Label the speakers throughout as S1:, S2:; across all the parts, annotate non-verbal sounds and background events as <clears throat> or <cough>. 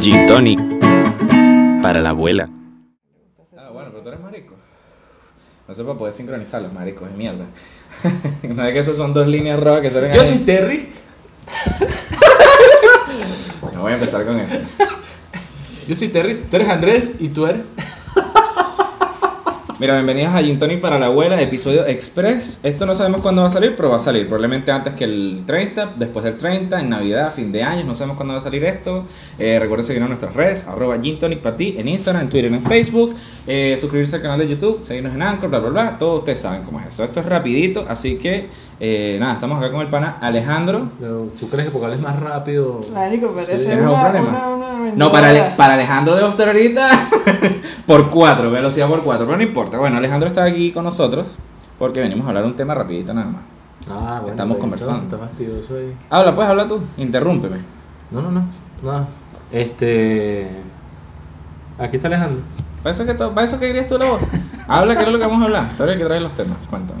S1: Gin Tonic. Para la abuela.
S2: Ah, bueno, pero tú eres marico. No sé para poder sincronizar los maricos de mierda. <laughs> no es que esas son dos líneas rojas que salen
S3: Yo
S2: ahí.
S3: soy Terry.
S2: No voy a empezar con eso.
S3: Yo soy Terry. Tú eres Andrés y tú eres.
S2: Mira, bienvenidos a Gin Tonic para la abuela, episodio express. Esto no sabemos cuándo va a salir, pero va a salir. Probablemente antes que el 30, después del 30, en Navidad, fin de año. No sabemos cuándo va a salir esto. Eh, recuerden seguirnos en nuestras redes, arroba Gin Tonic para ti, en Instagram, en Twitter, en Facebook. Eh, suscribirse al canal de YouTube, seguirnos en Anchor, bla, bla, bla. Todos ustedes saben cómo es eso. Esto es rapidito, así que eh, nada, estamos acá con el pana Alejandro.
S3: No, ¿Tú crees que porque hables más rápido?
S4: Marico, parece
S3: Sí,
S2: ¿Tienes
S4: una,
S2: algún problema?
S4: una, una vendedora.
S2: no, para, Ale- para Alejandro debo estar ahorita <laughs> por 4, velocidad por 4, pero no importa. Bueno, Alejandro está aquí con nosotros porque venimos a hablar un tema rapidito nada más.
S3: Ah, bueno,
S2: Estamos
S3: pues,
S2: conversando.
S3: Está fastidioso ahí.
S2: Habla, pues habla tú, interrúmpeme.
S3: No, no, no. Nada. Este. Aquí está Alejandro.
S2: ¿Para eso, que to- para eso que querías tú la
S4: <laughs>
S2: voz? Habla, que era lo que vamos a hablar. Tú eres el que traes los temas, cuéntame.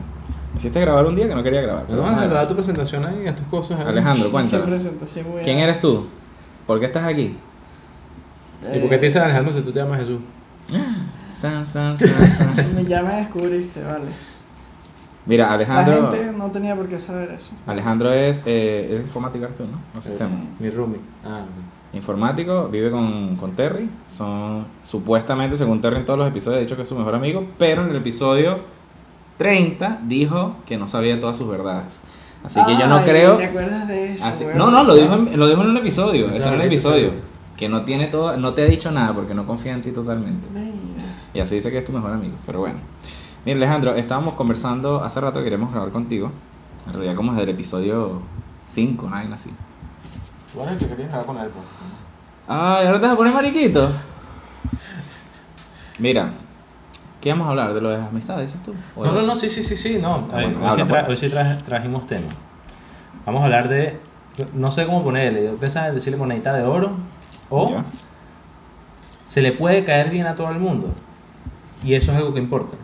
S2: Hiciste grabar un día que no quería grabar. pero
S3: Bueno,
S2: vamos a
S3: Alejandro,
S2: grabar.
S3: da tu presentación ahí, haz tus cosas. ahí.
S2: Alejandro,
S4: Qué
S2: cuéntanos.
S4: presentación muy
S2: ¿Quién eres tú? ¿Por qué estás aquí?
S4: alta.
S3: ¿Y por qué te
S4: Eh,
S3: dicen Alejandro si tú te llamas Jesús?
S2: San, san, san, san.
S4: <laughs> me- Ya me descubriste, vale.
S2: Mira, Alejandro.
S4: La gente no tenía por qué saber eso.
S2: Alejandro es. Eh, eres informático, eres tú, ¿no? No sistema.
S3: Mi roomie. Ah, ok.
S2: informático, vive con, con Terry. Son supuestamente, según Terry en todos los episodios, ha dicho que es su mejor amigo, pero en el episodio 30 dijo que no sabía todas sus verdades. Así que yo no
S4: Ay,
S2: creo...
S4: ¿Te acuerdas de eso?
S2: así-
S4: weón?
S2: no, no, lo dijo, en, lo dijo en un episodio.
S3: O sea,
S2: está en un
S3: ahorita
S2: episodio.
S3: salió.
S2: Que no tiene todo, no te ha dicho nada porque no confía en ti totalmente.
S4: Mira.
S2: Y así dice que es tu mejor amigo, pero bueno. Mira, Alejandro, estábamos conversando hace rato, queríamos grabar contigo. En realidad, como desde el episodio 5, nada así.
S3: Bueno, que querías hablar con él, pues.
S2: Ay, Ah, ahora te vas a poner mariquito. Mira, ¿qué vamos a hablar? ¿De lo de las amistades, dices tú? ¿O de
S3: No, no,
S2: lo-
S3: no, sí, sí, sí, sí, no.
S2: Ah,
S3: Eh,
S2: bueno,
S3: hoy, sí
S2: habla,
S3: tra-
S2: pues.
S3: hoy sí tra- trajimos tema. Vamos a hablar de. No sé cómo ponerle. Yo pensaba en decirle monedita de oro. O
S2: Ya.
S3: se le puede caer bien a todo el mundo. Y eso es algo que importa.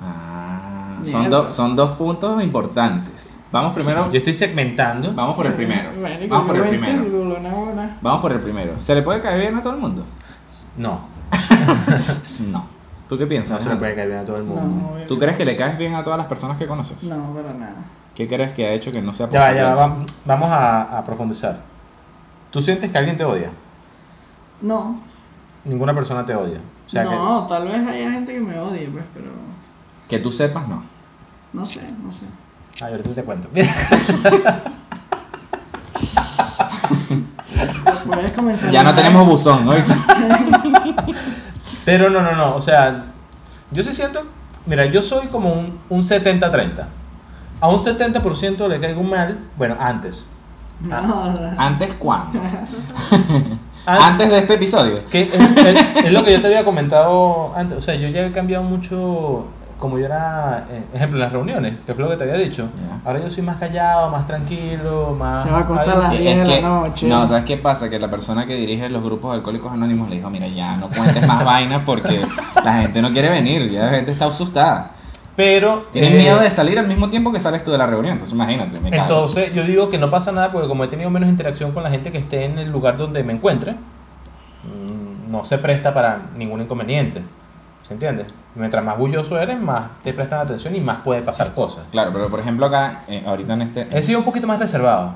S2: Ah,
S4: Mierda.
S2: son, dos- son dos puntos importantes. Vamos primero.
S3: Yo estoy segmentando.
S2: Vamos por el primero.
S4: Marico,
S2: Vamos por
S4: qué
S2: el
S4: buen
S2: primero.
S4: título, no, buena.
S2: Vamos por el primero. ¿Se le puede caer bien a todo el
S3: <laughs>
S2: mundo?
S3: No,
S2: No. ¿Tú qué
S3: no
S2: piensas?
S3: se le
S2: Alejandro?
S3: puede caer bien a todo el
S4: No,
S3: mundo.
S4: obvio
S2: ¿Tú crees que le caes bien a todas las personas que conoces?
S4: No, para nada.
S2: ¿Qué crees que ha hecho que no sea
S3: Ya va,
S2: posible
S3: ya va,
S2: eso?
S3: vam- Vamos a, a profundizar. ¿Tú sientes que alguien te odia?
S4: No.
S3: Ninguna persona te odia. O sea que.
S4: no, tal vez haya gente que me odie, pues, pero.
S2: Que tú sepas, no.
S4: No sé, no sé.
S3: Ay, ahorita te cuento. <laughs>
S4: Puedes comenzar.
S2: Ya no
S4: a-
S2: tenemos buzón, ¿oíste?
S3: Pero no, no, no, o sea, yo sí siento, mira, yo soy como un, un 70-30. A un 70% le caigo mal, bueno, antes.
S4: No, no.
S2: ¿Antes cuándo? <laughs>
S3: An-
S2: ¿Antes de este episodio?
S3: que es, es- es lo que yo te había comentado antes, o sea, yo ya he cambiado mucho, como yo era, eh, ejemplo, en las reuniones, que fue lo que te había dicho.
S2: Ya.
S3: Ahora yo soy más callado, más tranquilo, más...
S4: Se va a acostar
S3: Ay,
S4: la-
S3: sí.
S2: Sí,
S4: diez
S2: es
S4: de la
S2: que-
S4: noche.
S2: No, ¿sabes qué pasa? Que la persona que dirige los grupos alcohólicos anónimos le dijo, mira, ya no cuentes más vainas porque la gente no quiere venir, ya la gente está asustada.
S3: Pero...
S2: Tienes
S3: eh,
S2: miedo de salir al mismo tiempo que sales tú de la reunión, entonces imagínate, me cago.
S3: Entonces yo digo que no pasa nada porque como he tenido menos interacción con la gente que esté en el lugar donde me encuentre, mm, no se presta para ningún inconveniente. ¿Se entiende? Mientras más bulloso eres, más te prestan atención y más puede pasar cosas.
S2: Claro, pero por ejemplo acá, eh, ahorita en este...
S3: He sido un poquito más reservado.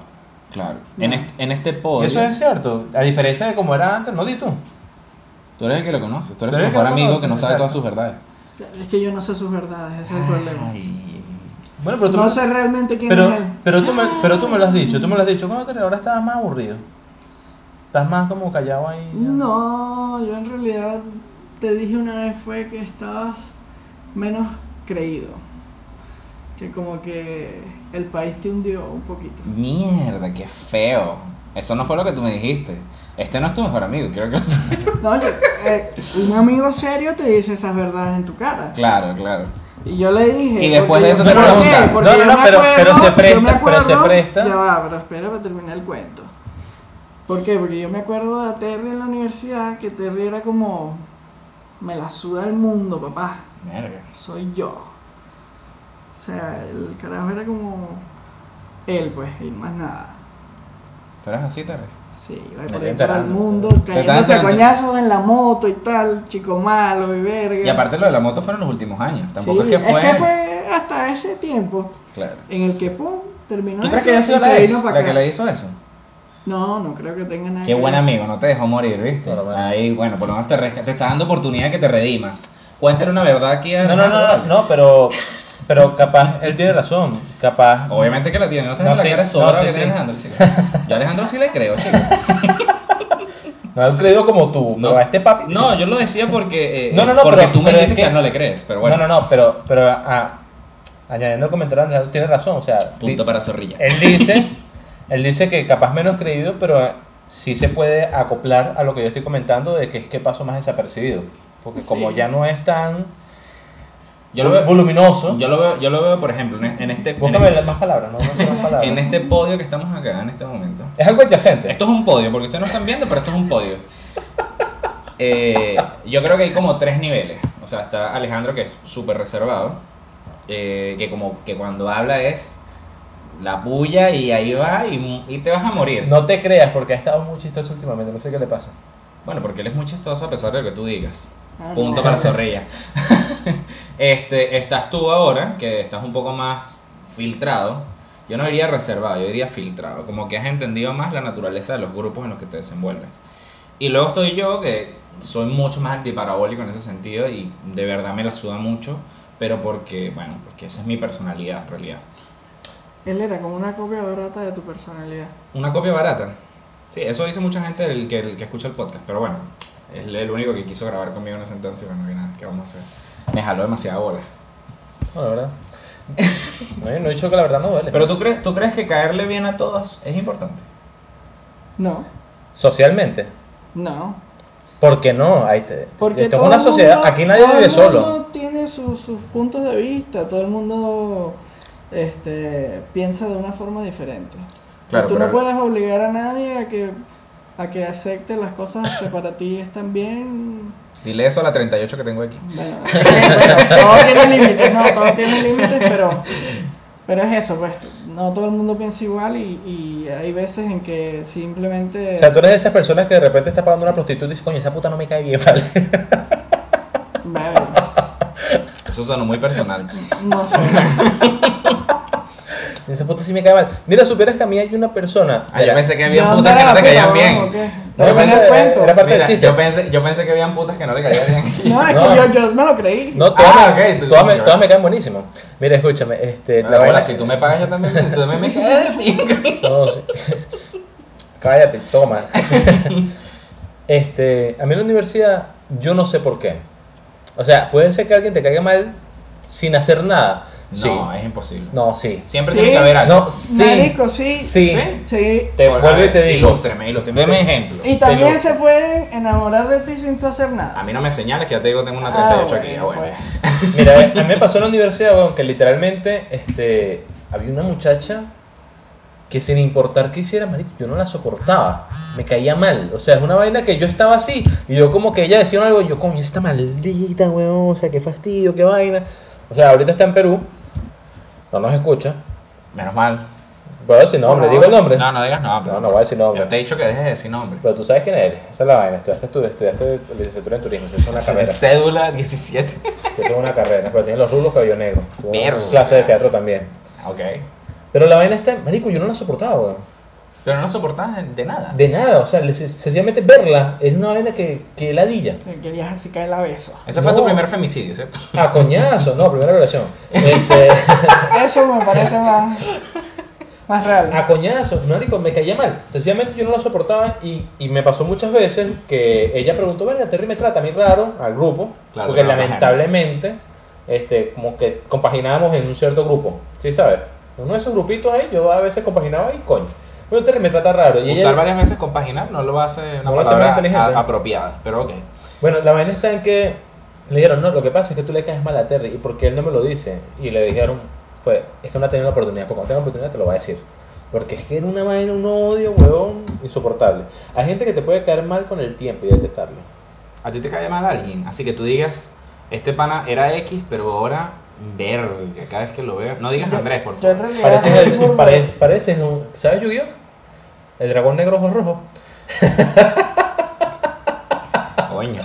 S2: Claro, en este, en este
S3: Y
S2: podio,
S3: eso es cierto. A diferencia de como era antes, no di tú.
S2: tú eres el que lo conoces, tú eres
S3: Tú
S2: su
S3: eres el que
S2: mejor
S3: lo
S2: amigo
S3: conoce,
S2: que no sabe
S3: exacto.
S2: todas sus verdades.
S4: Es que yo no sé sus verdades, ese es el problema.
S2: Ay.
S3: Bueno, pero tú,
S4: no
S3: me,
S4: sé realmente quién
S3: pero,
S4: es él.
S3: pero, tú me, pero tú me lo has dicho. Tú me lo has dicho. ¿Cómo te ahora estás más aburrido? Estás más como callado ahí. ya.
S4: No, yo en realidad te dije una vez fue que estabas menos creído. Que como que el país te hundió un poquito.
S2: Mierda, qué feo. Eso no fue lo que tú me dijiste. Este no es tu mejor amigo, creo que lo <laughs> sabes.
S4: No, yo- eh, un amigo serio te dice esas verdades en tu cara.
S2: Claro, claro.
S4: Y yo le dije.
S2: Y después de
S4: porque
S2: eso
S4: yo-
S2: te
S4: ¿por qué?
S2: preguntan.
S4: Porque
S3: No, no,
S4: yo
S3: no,
S4: me
S3: pero- pero se
S4: yo me
S3: presta, pero se
S4: acuerdo-
S3: presta.
S4: Ya va, pero espera para terminar el cuento. ¿Por qué? Porque yo me acuerdo de Terry en la universidad, que Terry era como. Me la suda el mundo, papá.
S2: Mierda.
S4: soy yo. O sea, el carajo era como él, pues, y más nada.
S2: ¿Tú eres así, Terry?
S4: Sí,
S3: Me
S4: la
S3: estoy
S4: corriente para el
S3: enterando.
S4: mundo,
S2: estás
S4: cayéndose a
S2: enterando.
S4: coñazos en la moto y tal, chico malo y verga.
S2: Y aparte lo de la moto fueron los últimos años. Tampoco
S4: Sí,
S2: es que fue.
S4: fue hasta ese tiempo
S2: Claro.
S4: en el que pum, terminó
S2: ¿Tú crees
S4: eso
S2: que haya sido
S4: y se
S2: la
S4: vino
S2: ex
S4: pa'
S2: la
S4: acá.
S2: que le hizo eso?
S4: No, no creo que tenga nada
S2: Qué
S4: que
S2: buen
S4: ver.
S2: amigo, no te dejó morir, ¿viste?
S3: Pero bueno.
S2: Ahí, bueno, por lo menos te, resca- te está dando oportunidad que te redimas. Cuéntale una verdad aquí a...
S3: No, no, no, no, no, pero, pero capaz él tiene razón. Capaz.
S2: Obviamente que la tiene, no te
S3: No,
S2: no, la
S3: sí,
S2: cara
S3: no,
S2: sobra
S3: sí,
S2: que
S3: sí.
S2: tiene Alejandro, chico. Yo a Alejandro sí le creo,
S3: <laughs>
S2: chico.
S3: No han creído como tú,
S2: No.
S3: pero a este papi.
S2: No, yo lo decía porque... eh,
S3: No, no, no,
S2: porque
S3: pero-
S2: tú me
S3: pero es
S2: dijiste que,
S3: que-
S2: a él no le crees, pero bueno.
S3: No, no, no, pero, pero ah, añadiendo el comentario, Andrea tiene razón. O sea,
S2: Punto
S3: di-
S2: para Zorrilla.
S3: él dice, él dice que capaz menos creído, pero eh, sí se puede acoplar a lo que yo estoy comentando de que es que pasó más desapercibido. Porque como
S4: Sí.
S3: ya no es tan
S2: Yo lo veo,
S3: voluminoso,
S2: yo lo veo, yo lo veo por ejemplo, en, en este... En
S3: búscame
S2: este,
S3: más palabras, no, no
S2: <laughs>
S3: sé más palabras.
S2: en este podio que estamos acá, en este momento.
S3: Es algo adyacente.
S2: Esto es un podio, porque ustedes no están viendo, pero esto es un podio. Eh, yo creo que hay como tres niveles. O sea, está Alejandro, que es súper reservado, eh, que como que cuando habla es la bulla y ahí va y, y te vas a morir.
S3: No te creas, porque ha estado muy chistoso últimamente, no sé qué le pasa.
S2: Bueno, porque él es muy chistoso a pesar de lo que tú digas.
S4: Ah,
S2: Punto
S4: no.
S2: para Zorrilla. <laughs> este, estás tú ahora, que estás un poco más filtrado. Yo no diría reservado, yo diría filtrado. Como que has entendido más la naturaleza de los grupos en los que te desenvuelves. Y luego estoy yo, que soy mucho más antiparabólico en ese sentido y de verdad me la suda mucho. Pero porque, bueno, porque esa es mi personalidad en realidad.
S4: Él era como una copia barata de tu personalidad.
S2: Una copia barata. Sí, eso dice mucha gente el que, el que escucha el podcast, pero bueno, es el único que quiso grabar conmigo en ese entonces, bueno, que nada, ¿qué vamos a hacer? Me jaló demasiada bola.
S3: No,
S2: <laughs>
S3: la verdad. No, yo no he dicho que la verdad no duele.
S2: Pero tú crees, tú crees que caerle bien a todos es importante.
S4: No,
S3: Socialmente.
S4: no.
S3: ¿Por qué no? Ahí te,
S4: Porque
S3: esto es
S4: todo
S3: una
S4: el mundo-
S3: sociedad. aquí nadie vive
S4: Todo el
S3: solo.
S4: mundo tiene sus, sus puntos de vista, todo el mundo este, piensa de una forma diferente.
S2: Claro,
S4: Y tú
S2: pero-
S4: no puedes obligar a nadie a que, a que acepte las cosas que para ti están bien.
S2: Dile eso a la 38 que tengo aquí.
S3: <laughs>
S4: Bueno, <laughs> bueno, todo tiene límites, no, todo tiene límites, pero, pero es eso, pues. No todo el mundo piensa igual y, y hay veces en que simplemente.
S3: O sea, tú eres de esas personas que de repente está pagando una prostituta y dices, coño, esa puta no me cae bien, <laughs> ¿vale?
S4: Bueno,
S2: Eso sonó muy
S3: <laughs>
S2: personal.
S4: no sé.
S3: Esa puta sí me cae mal. Mira, supieras que a mí hay una persona.
S2: Ah, yo
S3: Mira,
S2: pensé que había
S4: ¿De
S2: putas que no
S4: dónde
S2: te
S4: era
S2: caían
S4: la puta, vamos,
S2: bien.
S4: o qué?
S3: No,
S4: ¿Te
S3: yo
S4: pones
S3: pensé-
S4: el cuento?
S3: era- Aparte del
S2: Mira,
S3: chiste.
S2: yo pensé, yo pensé que habían putas que no le caían bien.
S4: <laughs> No, es
S3: No.
S4: que yo, yo me lo creí.
S3: No, todas,
S2: Ah,
S3: me-
S2: ok, tú- Ah,
S3: todas me,
S2: ok.
S3: todas me caen buenísimo. Mira, escúchame, este,
S2: Ahora,
S3: vaina-
S2: si tú me pagas, yo también, tú también
S3: <laughs>
S2: me caes de pinga.
S3: No, sí. <laughs> Cállate, toma. <laughs> este, a mí en la universidad, yo no sé por qué. O sea, puede ser que alguien te caiga mal sin hacer nada. sí.
S2: No, es imposible.
S3: No, sí.
S2: Siempre
S4: Sí.
S2: tiene que haber algo.
S3: No, sí.
S4: Marico, sí.
S3: Sí.
S4: Sí.
S3: Te
S2: Bueno,
S3: vuelvo
S2: a
S3: y te
S2: ver,
S3: digo.
S2: Ilústreme, ilústreme. Deme ejemplo.
S4: Y también
S3: Pero-
S4: se pueden enamorar de ti sin tú hacer
S2: A
S4: nada.
S2: mí no me señales que ya te digo tengo una
S4: Ah,
S2: 38 aquí, ah, bueno.
S4: bueno,
S3: Mira, a mí me pasó en la universidad, weón, que literalmente este, había una muchacha que sin importar qué hiciera, marico, yo no la soportaba. Me caía mal. O sea, es una vaina que yo estaba así. Y yo como que ella decía algo, y yo, coño, esta maldita, weón, o sea, qué fastidio, qué vaina. O sea, ahorita está en Perú, no nos escucha.
S2: Menos mal.
S3: Voy a decir nombre, digo el nombre.
S2: No, no digas nombre.
S3: No, no voy a decir nombre.
S2: Yo te he dicho que dejes de decir nombre.
S3: Pero tú sabes quién eres, esa es la vaina. Estudiaste, tú, estudiaste licenciatura en turismo, eso es una carrera.
S2: Cédula 17.
S3: Sí, eso es una carrera, pero tiene los rublos cabello negro. Tuvo
S2: Verga.
S3: clase de teatro también.
S2: ok.
S3: Pero la vaina está, marico, yo no la soportaba, weón.
S2: Pero no soportabas de, de nada.
S3: De nada, o sea, le- sen- sencillamente verla es una vaina que, que ladilla.
S4: Te pues, querías así caer la beso.
S2: Ese fue
S3: No.
S2: tu primer femicidio, ¿cierto?
S3: Ah, coñazo, no, primera relación. Este,
S4: Eso me parece más, más
S2: Ah,
S4: real.
S3: a coñazo, marico, me caía mal. Sencillamente yo no la soportaba y, y me pasó muchas veces que ella preguntó, verga, Terry me trata a mí raro, al grupo,
S2: Claro,
S3: porque
S2: no, no,
S3: lamentablemente, este, como que compaginábamos en un cierto grupo, ¿sí sabes? Uno de esos grupitos ahí, yo a veces compaginaba y coño. Bueno, Terry me trata raro. Y ella,
S2: Usar varias veces compaginar no lo hace una
S3: No lo hace
S2: palabra
S3: más inteligente.
S2: a- apropiada. Pero ok.
S3: Bueno, la vaina está en que le dijeron, no, lo que pasa es que tú le caes mal a Terry y porque él no me lo dice. Y le dijeron, fue, es que no ha tenido la oportunidad, porque cuando tenga la oportunidad te lo va a decir. Porque es que era una vaina, un odio, huevón, insoportable. Hay gente que te puede caer mal con el tiempo y detestarlo.
S2: A ti te cae mal alguien. Así que tú digas, este pana era X, pero ahora verga. Cada vez que lo veo. No digas Andrés, por
S4: Yo en
S2: favor.
S4: realidad.
S3: Pareces,
S4: soy
S3: el,
S4: burda.
S3: pareces, pareces un, ¿sabes yu El dragón negro ojos rojos.
S2: Coño.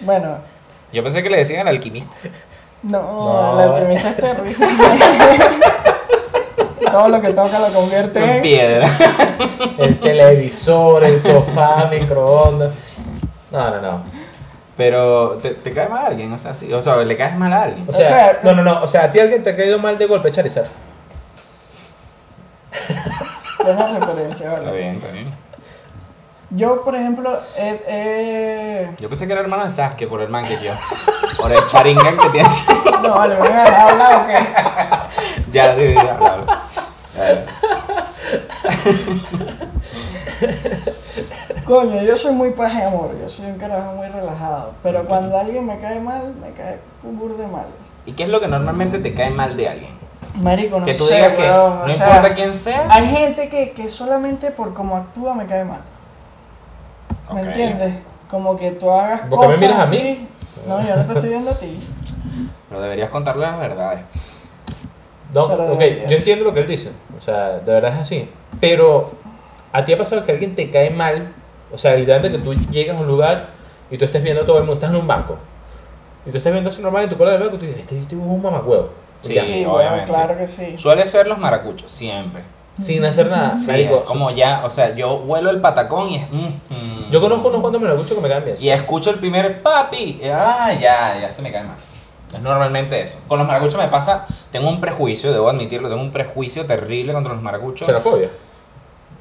S4: Bueno,
S2: Yo pensé que le decían al
S3: <laughs>
S2: alquimista.
S4: no,
S3: No.
S4: la premisa
S3: <laughs>
S4: es terrible. Todo lo que toca lo
S2: En
S4: convierte en.
S2: piedra.
S3: El televisor, el sofá, <laughs> el microondas. No, no, no.
S2: Pero ¿te, te cae mal a alguien, o sea, sí. O sea, le caes mal a alguien.
S3: O
S4: O
S3: sea,
S4: sea,
S3: no, no, no. O sea, a ti alguien te ha caído mal de golpe, Charizard.
S4: Buena referencia,
S2: Está
S4: vale.
S2: bien, está bien.
S4: Yo, por ejemplo, eh, eh,
S2: Yo pensé que era hermano de Sasuke por el man que yo. Por el charingan que tiene. <laughs>
S4: No, vale, ¿me van a dejar hablar o qué?
S2: ya, sí, ya, claro. Eh,
S4: Coño, yo soy muy paz y amor, yo soy un carajo muy relajado. Pero cuando alguien me cae mal, me cae un burde mal.
S2: ¿Y qué es lo que normalmente te cae mal de alguien?
S4: Marico, no
S2: que tú
S4: sé,
S2: digas que
S4: weón,
S2: no
S4: o sea,
S2: importa quién sea.
S4: Hay gente que, que solamente por cómo actúa me cae mal. ¿Me
S2: Ok.
S4: entiendes? Como que tú hagas
S3: ¿Por qué me
S4: cosas
S3: miras a
S4: así.
S3: mí?
S4: No, yo no te estoy viendo a ti.
S2: <laughs> Pero deberías contarle las verdades.
S3: No,
S4: Pero
S3: ok,
S4: deberías.
S3: yo entiendo lo que él dice. O sea, de verdad es así. Pero, ¿a ti ha pasado que alguien te cae mal? O sea, literalmente que tú llegas a un lugar y tú estés viendo a todo el mundo, estás en un banco. Y tú estás viendo así normal en tu cola del banco y tú dices, este tipo es un mamacuevo.
S2: Sí.
S3: Ya,
S4: Sí, bueno,
S2: obviamente.
S4: claro que sí.
S2: Suele ser los maracuchos, siempre.
S3: sin hacer nada.
S2: Sí,
S3: marico,
S2: es como ya, o sea, yo vuelo el patacón y es. mm, mm.
S3: Yo conozco unos cuantos maracuchos que me caen bien.
S2: Y escucho el primer papi. y, Ah, ya, ya, este me cae mal. Es normalmente eso. Con los maracuchos me pasa, tengo un prejuicio, debo admitirlo, tengo un prejuicio terrible contra los maracuchos.
S3: Xenofobia.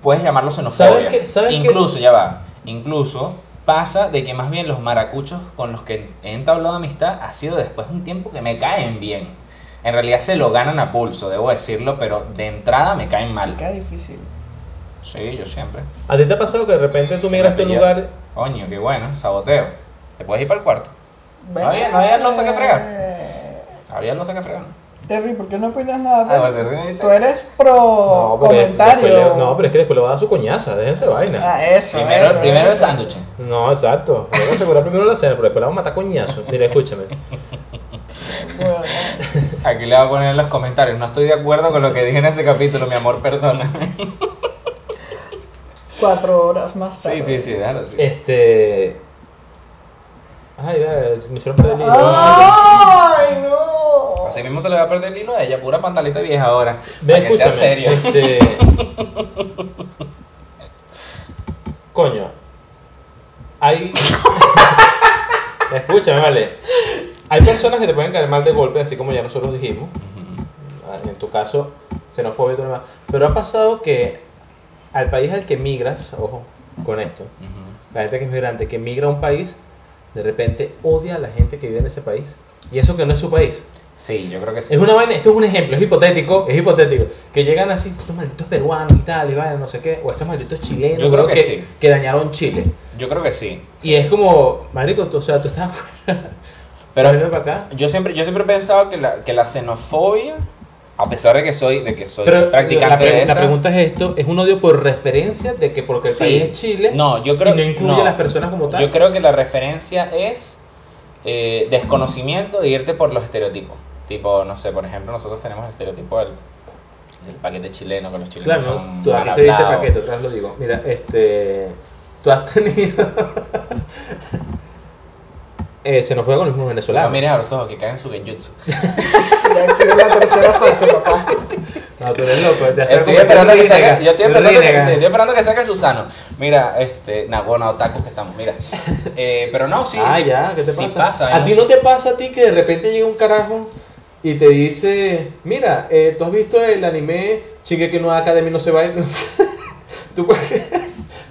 S2: Puedes llamarlo xenofobia.
S3: ¿Sabes qué- sabes qué?
S2: incluso, ya va, incluso pasa de que más bien los maracuchos con los que he entablado amistad ha sido después de un tiempo que me caen bien. En realidad se lo ganan a pulso, debo decirlo, pero de entrada me caen mal.
S4: Chica difícil.
S2: Sí, yo siempre.
S3: ¿A ti te ha pasado que de repente tú migraste a un lugar
S2: Coño, qué bueno, saboteo. Te puedes ir para el cuarto.
S4: Ven.
S2: No había- no había losa que fregar. Había no sé qué fregar.
S4: Terry, ¿por qué no opinas nada?
S2: Ah,
S4: bro?
S2: bueno, Terry dice-
S4: Tú eres pro
S3: porque
S4: comentario.
S3: después le- no, pero es que después le va a dar su coñaza, déjense vaina.
S4: Ah, eso.
S2: Primero,
S4: eso,
S2: primero el
S4: eso.
S2: sándwich.
S3: No, exacto. Voy a asegurar primero la cena, pero después la vamos a matar coñazo. Mira, escúchame.
S4: Bueno,
S2: Aquí le voy a poner en los comentarios. No estoy de acuerdo con lo que dije en ese capítulo, mi amor, perdona.
S4: cuatro horas más tarde.
S2: Sí, sí, sí, déjalo así.
S3: Este. Ay, ya, me hicieron perder el hilo.
S4: Ah. ¡Ay, no!
S2: Así mismo se le va a perder el hilo a ella, pura pantaleta vieja ahora.
S3: Ve,
S2: para que sea
S3: escúchame.
S2: serio.
S3: Este. Coño. Hay. <laughs> escúchame, vale. Hay personas que te pueden caer mal de golpe, así como ya nosotros dijimos. En tu caso, xenofobia y todo lo demás. Pero ha pasado que al país al que migras, ojo con esto, la gente que es migrante, que migra a un país, de repente odia a la gente que vive en ese país. Y eso que no es su país.
S2: Sí, yo creo que sí.
S3: Es una vaina, esto es un ejemplo, es hipotético, es hipotético. Que llegan así, estos malditos peruanos y tal, y vaina, no sé qué, o estos malditos chilenos,
S2: Yo creo
S3: bro,
S2: que sí.
S3: que dañaron Chile.
S2: Yo creo que sí.
S3: Y es como, marico, tú, o sea, tú estás <laughs> afuera,
S2: Pero-
S3: pero vienes para acá.
S2: Yo siempre, yo siempre he pensado que la, que la xenofobia, a pesar de que soy, de que soy
S3: Pero
S2: practicante
S3: la, pre-
S2: de
S3: la
S2: esa,
S3: pregunta es esto, ¿es un odio por referencia de que porque el
S2: Sí.
S3: país es Chile
S2: No, yo creo-
S3: y no incluye
S2: no.
S3: a las personas como tal?
S2: yo creo que la referencia es eh, desconocimiento de irte por los estereotipos. Tipo, no sé, por ejemplo, nosotros tenemos el estereotipo del, del paquete chileno, que los chilenos
S3: Claro,
S2: son
S3: ¿no? tú aquí
S2: mal
S3: se dice
S2: hablados.
S3: paquete, otra vez lo digo. Mira, este. Tú has tenido. <laughs> eh, se nos fue con los mismos
S2: Ah,
S3: venezolanos.
S2: mira este a los ojos que caen su genjutsu.
S4: Ya escribí la tercera fase, papá.
S3: No, tú eres loco. Te
S2: Estoy esperando que saque, yo estoy esperando que, sí, estoy esperando que saque Susano. Mira, este, nah, bueno, otakus que estamos,
S3: <laughs>
S2: mira. Eh, pero no, sí,
S3: ah,
S2: sí,
S3: ya, ¿qué te
S2: sí
S3: pasa?
S2: pasa, hay
S3: a ti no
S2: mucho-
S3: te pasa a ti que de repente llega un carajo y te dice, mira, eh, tú has visto el anime Shingeki no Academy no se va. <laughs> ¿Tú por qué?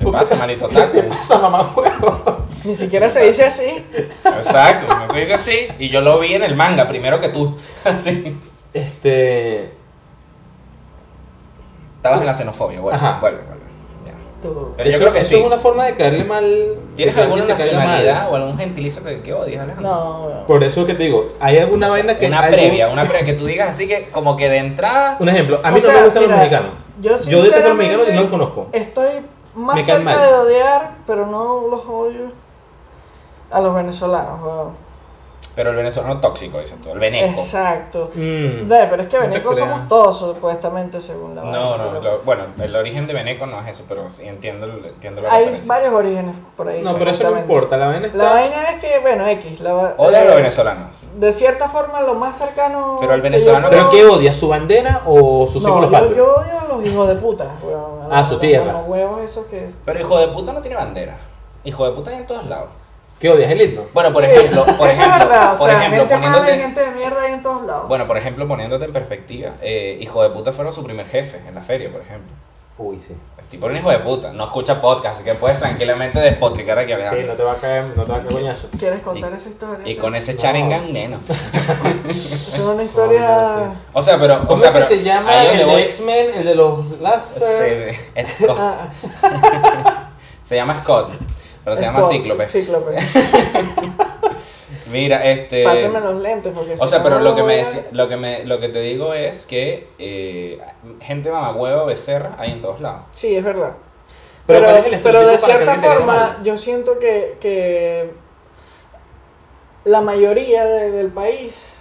S3: ¿Por qué-
S2: pasa, manito
S3: <laughs> ¿Qué te
S2: taco?
S3: pasa, mamá huevo?
S4: Ni siquiera se dice así.
S2: Exacto, no se dice así. Y yo lo vi en el manga primero que tú. <laughs> Así.
S3: Este.
S2: Estabas en la xenofobia, bueno,
S3: Ajá.
S2: vuelve, vuelve. ya.
S4: Todo.
S2: Pero yo
S3: eso-
S2: creo que
S3: eso
S2: sí.
S3: es una forma de caerle mal.
S2: ¿Tienes
S3: de que
S2: alguna
S3: alguien te caiga mal.
S2: nacionalidad o algún gentilicio que, que odias, Alejandro?
S4: No, weón.
S3: Por eso que te digo, hay alguna
S2: O sea,
S3: vaina que.
S2: una
S3: algo-
S2: previa, una previa que tú digas así que como que de entrada.
S3: Un ejemplo, a mí
S4: O
S3: no
S4: sea,
S3: me gustan
S4: mira,
S3: los mexicanos.
S4: Yo,
S3: Yo detesto a los mexicanos y no
S4: sinceramente,
S3: los conozco.
S4: Estoy más
S3: Me caen
S4: cerca
S3: mal.
S4: de odiar, pero no los odio. A los venezolanos, weón.
S2: Pero el venezolano tóxico, dices tú, el veneco.
S4: Exacto.
S3: Mm.
S4: Ve, pero es que
S3: No te
S4: Veneco
S3: creas.
S4: somos todos, supuestamente, según la
S2: No,
S4: vaina,
S2: no,
S4: pero
S2: lo- bueno, el origen de veneco no es eso, pero sí entiendo, entiendo la
S4: Hay
S2: referencia.
S4: varios orígenes por ahí.
S3: No, pero eso no
S4: supuestamente.
S3: importa. La vaina está.
S4: La vaina es que, bueno, X. La, va-
S2: Odio a los
S4: eh,
S2: venezolanos.
S4: De cierta forma, lo más cercano.
S2: Pero al
S4: que yo
S2: venezolano-
S4: puedo-
S3: ¿Pero qué odia? ¿Su bandera o sus
S4: no,
S3: símbolos
S4: yo,
S3: patrios?
S4: yo odio a los hijos de puta. weón,
S3: Ah, su tierra.
S4: Los huevos, esos que.
S2: Pero hijo de puta no tiene bandera. Hijo de puta hay en todos lados.
S3: ¿Qué odias? ¿El himno?
S2: Bueno, por
S4: Sí, <laughs>
S2: ejemplo, por
S4: eso
S2: ejemplo,
S4: es verdad. O
S2: por
S4: sea,
S2: ejemplo,
S4: gente mala y
S2: poniéndote,
S4: gente de mierda hay en todos lados.
S2: bueno, por ejemplo, poniéndote en perspectiva, eh, hijo de puta fueron su primer jefe en la feria, por ejemplo.
S3: Uy, sí.
S2: El tipo era un hijo de puta, no escucha podcast, así que puedes tranquilamente despotricar aquí
S3: Sí,
S2: Alejandro.
S3: no te va a caer, no te va a caer coñazo.
S4: ¿Quieres contar esa
S2: y
S4: historia?
S2: con ese
S3: No.
S2: charengan menos.
S4: Es
S2: <laughs>
S4: una historia.
S3: Coño,
S2: O sea, pero, o
S3: ¿Cómo
S2: sea,
S3: es que
S2: pero
S3: se llama
S2: ahí
S3: el
S2: donde
S3: de
S2: voy-
S3: X-Men, el de los láser?
S2: Sí, sí. Es Scott.
S4: Ah,
S2: Se llama Scott, pero se llama
S4: Spock,
S2: Cíclope.
S4: Cíclope.
S2: Mira, este.
S4: Pásenme los lentes porque
S2: O
S4: si
S2: sea,
S4: no,
S2: pero
S4: no
S2: lo que, me
S4: voy a-
S2: decí- lo, que me, lo que te digo es que eh, gente mamagüeva becerra hay en todos lados.
S4: Sí, es verdad.
S3: Pero
S4: Pero,
S3: ¿cuál es el
S4: pero,
S3: estereotipo para
S4: de
S3: que
S4: cierta
S3: alguien te vea
S4: forma,
S3: mal?
S4: yo siento que, que la mayoría de- del país,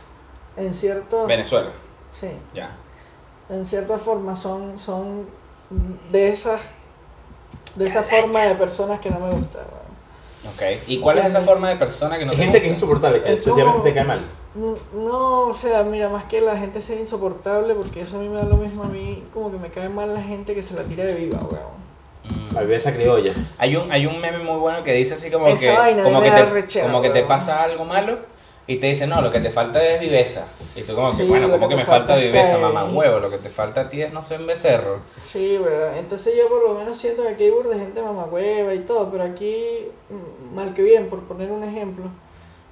S4: en cierto,
S2: Venezuela,
S4: sí,
S2: ya.
S4: en cierta forma, son, son de esas de esa forma de personas que no me gusta. weón.
S2: Ok. ¿Y cuál es esa forma de persona que no
S3: Hay
S2: te
S3: gente que es
S2: gusta?
S3: insoportable, que
S4: Es
S3: sencillamente
S4: como-
S3: te cae mal.
S4: No, no, o sea, mira, más que la gente sea insoportable, porque eso a mí me da lo mismo a mí, como que me cae mal la gente que se la tira de viva, weón.
S2: Mm.
S3: La bebesa criolla.
S2: Hay un, hay un meme muy bueno que dice así como
S4: Esa
S2: que,
S4: vaina a mí
S2: como,
S4: me
S2: que te,
S4: da rechera,
S2: como que te
S4: weón.
S2: pasa algo malo y te dice, no, lo que te falta es viveza. Y tú como que,
S4: Sí,
S2: bueno,
S4: lo
S2: como que,
S4: que
S2: me
S4: te
S2: falta
S4: falta es
S2: viveza,
S4: caer.
S2: mamá huevo, lo que te falta a ti es no ser un becerro.
S4: Sí, weón. Entonces yo por lo menos siento que aquí hay burda de gente mamacueva y todo, pero aquí, mm, mal que bien, por poner un ejemplo,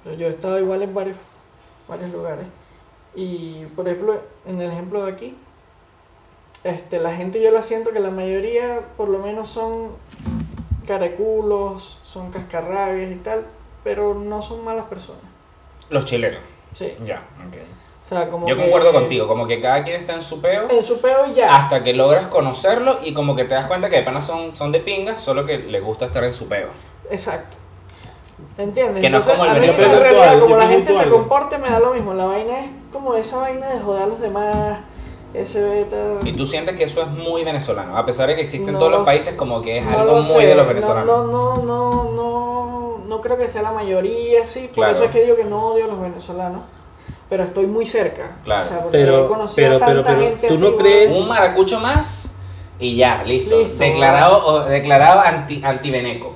S4: pero yo he estado igual en varios, varios lugares. Y por ejemplo, en el ejemplo de aquí, este, la gente yo la siento que la mayoría por lo menos son caraculos, son cascarrabias y tal, pero no son malas personas.
S2: Los chilenos.
S4: Sí.
S2: Ya, ok.
S4: O sea, como
S2: Yo
S4: que-
S2: concuerdo contigo, como que cada quien está en su peo.
S4: En su peo y ya.
S2: Hasta que logras conocerlo y como que te das cuenta que de pana son, son de pingas, solo que les gusta estar en su peo.
S4: Exacto. ¿Entiendes?
S2: Que no es como el
S4: a mí
S2: venezolano.
S4: en
S3: Yo pregunto
S4: realidad,
S3: algo,
S4: como
S3: yo
S4: la
S3: pregunto
S4: gente se
S3: algo.
S4: comporte, me da lo mismo. La vaina es como esa vaina de joder a los demás, ese beta.
S2: Y tú sientes que eso es muy venezolano, a pesar de que existe en
S4: No
S2: todos los
S4: lo
S2: países, como que es
S4: No
S2: algo
S4: lo
S2: muy
S4: sé,
S2: de los
S4: no-
S2: venezolanos.
S4: No, no, no, no, no creo que sea la mayoría, sí. Por
S2: Claro.
S4: eso es que digo que no odio a los venezolanos. Pero estoy muy cerca.
S2: Claro.
S4: O sea, porque
S3: Pero-
S4: he conocido
S3: pero-
S4: a
S3: pero-
S4: tanta
S3: pero,
S4: gente
S3: ¿tú
S4: así,
S3: no
S4: güey.
S3: crees-
S2: Un maracucho más y ya, listo.
S4: Listo.
S2: Declarado, o- declarado anti, antiveneco.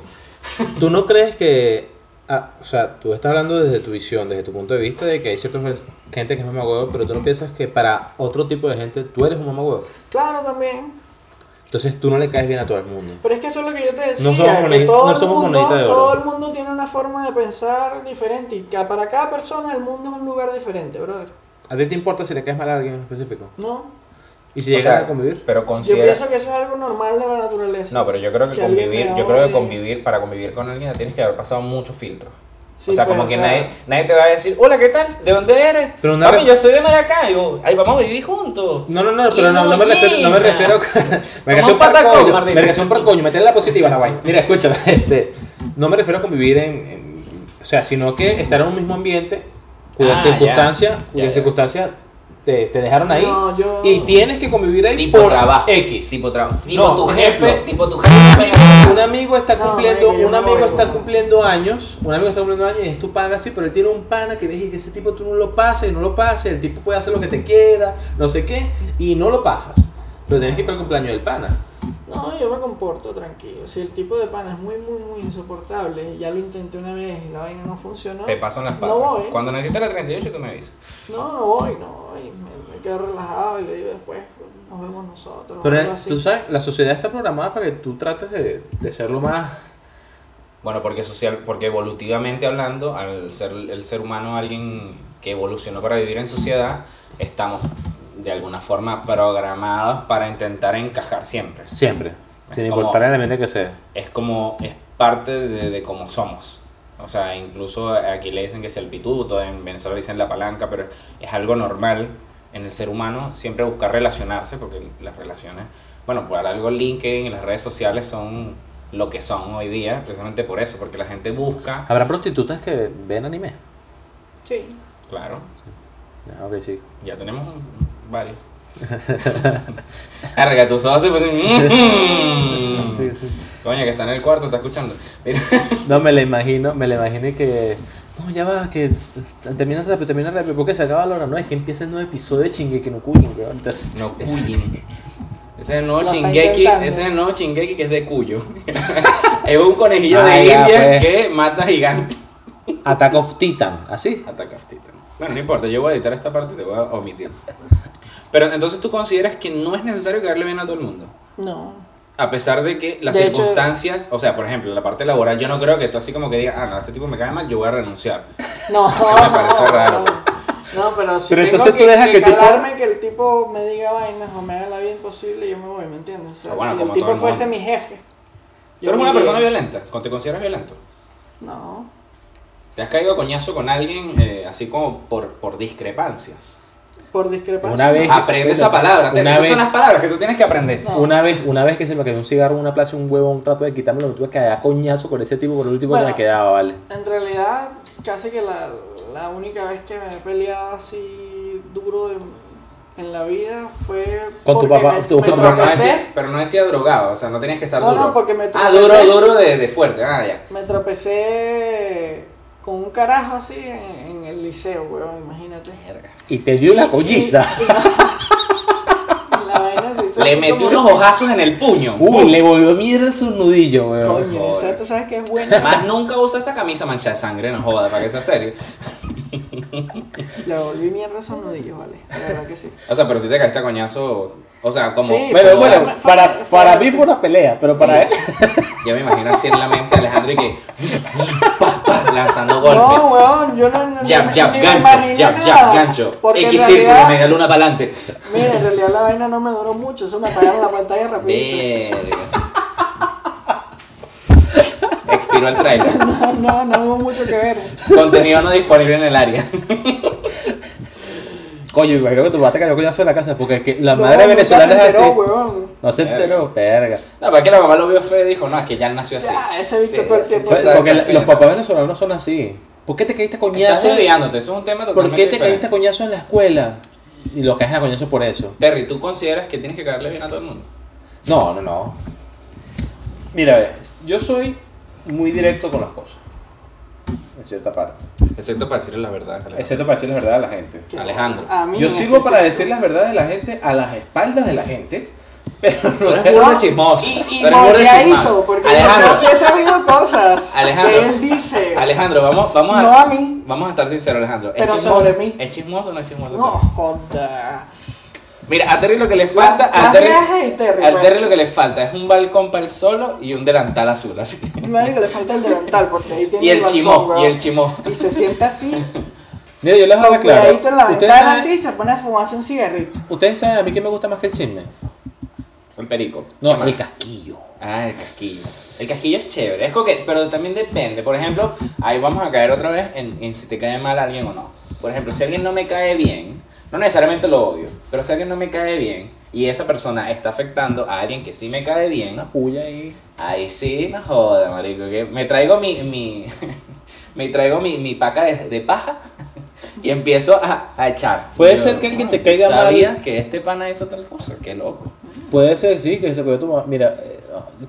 S3: ¿Tú no crees que.? ah, o sea, tú estás hablando desde tu visión, desde tu punto de vista, de que hay cierta gente que es mamagüevo, pero tú no piensas que para otro tipo de gente tú eres un mamagüevo.
S4: Claro, también.
S3: Entonces tú no le caes bien a todo el mundo.
S4: Pero es que eso es lo que yo te decía,
S3: No somos
S4: que
S3: monedi-
S4: todo,
S3: no
S4: el
S3: somos
S4: mundo,
S3: monedita de oro.
S4: todo el mundo tiene una forma de pensar diferente y que para cada persona el mundo es un lugar diferente, brother.
S3: ¿A ti te importa si le caes mal a alguien en específico?
S4: ¿No?
S3: ¿Y si
S2: O
S3: llegan
S2: sea,
S3: a convivir?
S2: Pero
S4: Yo
S2: considera.
S4: pienso que eso es algo normal de la naturaleza.
S2: No, pero yo creo que,
S4: Que alguien
S2: convivir,
S4: me
S2: yo creo que
S4: odie.
S2: convivir, para convivir con alguien tienes que haber pasado muchos filtros.
S4: Sí,
S2: o sea,
S4: pues,
S2: como
S4: o
S2: que
S4: sea-
S2: nadie, nadie te va a decir, hola, ¿qué tal? ¿De dónde eres?
S3: Pero una
S2: Papi,
S3: re-
S2: yo soy de Maracaibo. Ay, vamos a vivir juntos.
S3: No, no, no,
S2: ¡Qué
S3: pero no, no me refiero. No me
S2: mollera!
S3: refiero <laughs> me
S2: Como un
S3: refiero para
S2: patacoño,
S3: coño.
S2: Martín.
S3: Me refiero para coño. Meterle la positiva a la vaina. Mira, escúchala. <laughs> Este, no me refiero a convivir en, en- O sea, sino que estar en un mismo ambiente cuyas
S2: Ah, ya.
S3: circunstancias, cuyas
S2: ya.
S3: circunstancias te, te dejaron ahí.
S4: No, yo-
S3: Y tienes que convivir ahí
S2: Tipo
S3: por
S2: trabajo.
S3: X.
S2: Tipo trabajo. Tipo
S3: No,
S2: tu
S3: por
S2: jefe,
S3: ejemplo.
S2: tipo tu jefe.
S3: Un amigo está
S4: No,
S3: cumpliendo,
S4: marico, yo
S3: un
S4: me
S3: amigo
S4: voy,
S3: está
S4: weón.
S3: cumpliendo años, un amigo está cumpliendo años y es tu pana así, pero él tiene un pana que ves y ese tipo tú no lo pasas y no lo pasas, el tipo puede hacer lo que te quiera, no sé qué, y no lo pasas. Pero tienes que ir para el cumpleaños del pana.
S4: No, yo me comporto tranquilo. Si el tipo de pana es muy, muy, muy insoportable, ya lo intenté una vez y la vaina no funcionó.
S2: Te pasan las patas.
S4: No voy.
S2: Cuando necesites la 38, tú me avisas.
S4: No, no voy, no voy. Me, me quedo relajado y le digo después, nos vemos nosotros.
S3: Pero
S4: algo así.
S3: tú sabes, la sociedad está programada para que tú trates de, de ser lo más...
S2: Bueno, porque social, porque evolutivamente hablando, al ser el ser humano alguien que evolucionó para vivir en sociedad, estamos de alguna forma programados para intentar encajar siempre.
S3: Siempre,
S2: sin importar el
S3: elemento que sea.
S2: Es como, es parte de, de cómo somos. O sea, incluso aquí le dicen que es el pituto, en Venezuela le dicen la palanca, pero es algo normal en el ser humano siempre buscar relacionarse, porque las relaciones, bueno, por algo LinkedIn y las redes sociales son lo que son hoy día, precisamente por eso, porque la gente busca
S3: ¿Habrá prostitutas que ven anime?
S4: Sí.
S2: Claro,
S3: Ya, ok, sí.
S2: ya tenemos varios. Arrega tus ojos y pues. mm.
S3: Sí, sí.
S2: Coño, que está en el cuarto, está escuchando. Mira.
S3: No, me la imagino, me la imaginé que. No, ya va, que termina rápido, termina rápido, porque se acaba la hora, no, es que empieza el nuevo episodio de chingue que no cuyen, weón. Entonces,
S2: No Cuyin. Ese es el nuevo
S4: Lo está
S2: chingeki,
S4: intentando.
S2: ese es el nuevo chingeki que es de Cuyo. <laughs> es un conejillo de
S3: Ah, ya,
S2: India
S3: pues.
S2: que mata gigantes.
S3: Attack of Titan, así.
S2: Ataca Titan. Bueno, no importa, yo voy a editar esta parte y te voy a omitir. Pero entonces tú consideras que no es necesario caerle bien a todo el mundo.
S4: No.
S2: A pesar de que las
S4: De hecho-
S2: circunstancias, o sea, por ejemplo, la parte laboral, yo no creo que tú así como que digas, ah, no, este tipo me cae mal, yo voy a renunciar.
S3: <laughs>
S4: No.
S2: me parece raro.
S4: No, pero si
S3: Pero
S4: tengo
S3: entonces tú
S4: que,
S3: dejas
S4: que
S3: que el tipo-
S4: calarme que el tipo me diga vainas o me haga la vida imposible, yo me voy, ¿me entiendes? O sea,
S2: Ah, bueno,
S4: si
S2: como
S4: el
S2: todo
S4: tipo
S2: el
S4: fuese
S2: mundo.
S4: mi jefe.
S2: Tú eres una persona violenta, ¿con- ¿te consideras violento?
S4: No.
S2: ¿Te has caído a coñazo con alguien eh, así como por, por discrepancias?
S4: Por discrepancia.
S3: Una vez-
S2: Aprende esa palabra, te-
S3: Una
S2: esas
S3: vez-
S2: son las palabras que tú tienes que aprender.
S4: No.
S3: Una vez, una vez que se me cayó un cigarro en una plaza, un huevo, un trato de quitármelo, me tuve que dar coñazo con ese tipo por el último
S4: Bueno.
S3: que me quedaba, vale.
S4: En realidad, casi que la, la única vez que me he peleado así duro en, en la vida fue.
S3: Con tu
S4: porque
S3: papá-
S4: me-
S3: tu-
S4: me
S3: con tu
S2: pero, no
S4: tropecé,
S2: decía, pero no decía drogado, o sea, no tenías que estar
S4: No,
S2: duro.
S4: no, porque me
S2: Ah,
S4: tropecé.
S2: duro, duro de, de fuerte, ah, ya.
S4: Me tropecé con un carajo así en, en el liceo, weón, imagínate.
S3: Y te dio la colliza.
S4: Y <laughs> La vaina se hizo
S2: Le
S4: así
S2: metí
S4: como-
S2: unos hojazos en el puño.
S3: Uy, le volvió mierda su nudillo, weón.
S4: Coño, esa tú sabes que es buena.
S2: Más nunca usa esa camisa manchada de sangre, no joda, para que sea serio.
S4: Le volví mierda a esos nudillos, vale. La verdad
S2: <laughs>
S4: que sí.
S2: O sea, pero si te caíste a coñazo, o sea, como...
S4: Sí.
S3: Pero
S4: Fue-
S3: bueno,
S4: fue-
S3: para,
S4: fue-
S3: para mí fue una pelea, pero para él.
S2: Ya me imagino así en la mente a Alejandro y que... pa, pa, lanzando golpes.
S4: No, weón, yo no. no
S2: jab,
S4: no-
S2: jab,
S4: ni me
S2: gancho,
S4: imaginé
S2: jab,
S4: nada,
S2: jab, gancho.
S4: Porque en
S2: X círculo,
S4: realidad-
S2: media luna para adelante.
S4: Mira, en realidad la vaina no me duró mucho, eso me apagaron
S2: <laughs>
S4: la pantalla rapidito.
S2: Vergas. Expiró el trailer.
S4: No, no, no hubo mucho que ver.
S2: Contenido no disponible en el área.
S3: Coño, me imagino que tu papá te cayó coñazo en la casa, porque es que la
S4: No,
S3: madre
S4: nunca
S3: venezolana
S4: se
S3: es así.
S4: enteró, weón.
S3: No se enteró, verga.
S2: No, para que la mamá lo vio feo y dijo, no, es que ya nació así.
S4: Ya, ese bicho todo el tiempo
S2: sí,
S4: así.
S2: sí.
S3: Porque
S2: está
S3: los
S2: feo.
S3: papás venezolanos son así. ¿Por qué te caíste
S2: Estás
S3: coñazo?
S2: desviándote, eso es un tema
S3: ¿Por
S2: totalmente
S3: qué te caíste
S2: diferente.
S3: coñazo en la escuela? Y lo caes a coñazo por eso.
S2: Terry, ¿tú consideras que tienes que caerle bien a todo el mundo?
S3: No, no, no. Mira, ve, yo soy muy directo con las cosas. En cierta parte.
S2: Excepto para decirle la verdad. Alejandro.
S3: Excepto para decir la verdad a la gente.
S2: Alejandro.
S4: A mí
S3: Yo
S4: en
S3: sirvo para
S4: específico.
S3: decir las verdades de la gente a las espaldas de la gente, pero
S2: <laughs> Tú
S3: no
S2: eres burda
S4: No,
S2: chismoso.
S4: Y, y
S2: Tú eres burda
S4: moldeadito,
S2: chismoso.
S4: porque
S2: Alejandro,
S4: yo sí he sabido cosas
S2: Alejandro.
S4: que él dice.
S2: Alejandro, vamos, vamos a.
S4: No a mí.
S2: Vamos a estar sinceros, Alejandro.
S4: Pero
S2: ¿Es chismoso,
S4: sobre mí.
S2: ¿Es chismoso o no es chismoso?
S4: No, joda.
S2: Mira, a Terry lo que le falta.
S4: Las-
S2: a
S4: las
S2: Terry,
S4: viejas y Terry,
S2: a
S4: pues.
S2: Terry lo que le falta es un balcón para el solo y un delantal azul. Así.
S4: Marico, le falta el delantal porque ahí tiene
S2: Y el
S4: balcón,
S2: chimó,
S4: weón.
S2: y el chimó.
S4: Y se sienta así,
S2: <laughs>
S3: Mira, yo les hago claro.
S4: cuidadito en la
S3: ¿Ustedes
S4: ventana
S3: saben,
S4: así y se pone a fumarse un cigarrito.
S3: ustedes saben a mí que me gusta más que el chisme.
S2: El perico. ¿Qué
S3: No,
S2: más?
S3: el casquillo.
S2: Ah, el casquillo. El casquillo es chévere, es coquet, pero también depende. Por ejemplo, ahí vamos a caer otra vez en, en si te cae mal alguien o no. Por ejemplo, si alguien no me cae bien, no necesariamente lo odio, pero si alguien no me cae bien y esa persona está afectando a alguien que sí me cae bien,
S3: Una puya ahí.
S2: ahí sí me joda, marico. Que me traigo mi, mi, <laughs> me traigo mi, mi paca de, de paja y empiezo a, a echar.
S3: Puede
S2: Yo,
S3: ser que alguien
S2: bueno,
S3: te caiga mal.
S2: sabía que este pana hizo tal cosa, qué loco.
S3: Puede ser, sí, que se puede tomar. Mira, eh,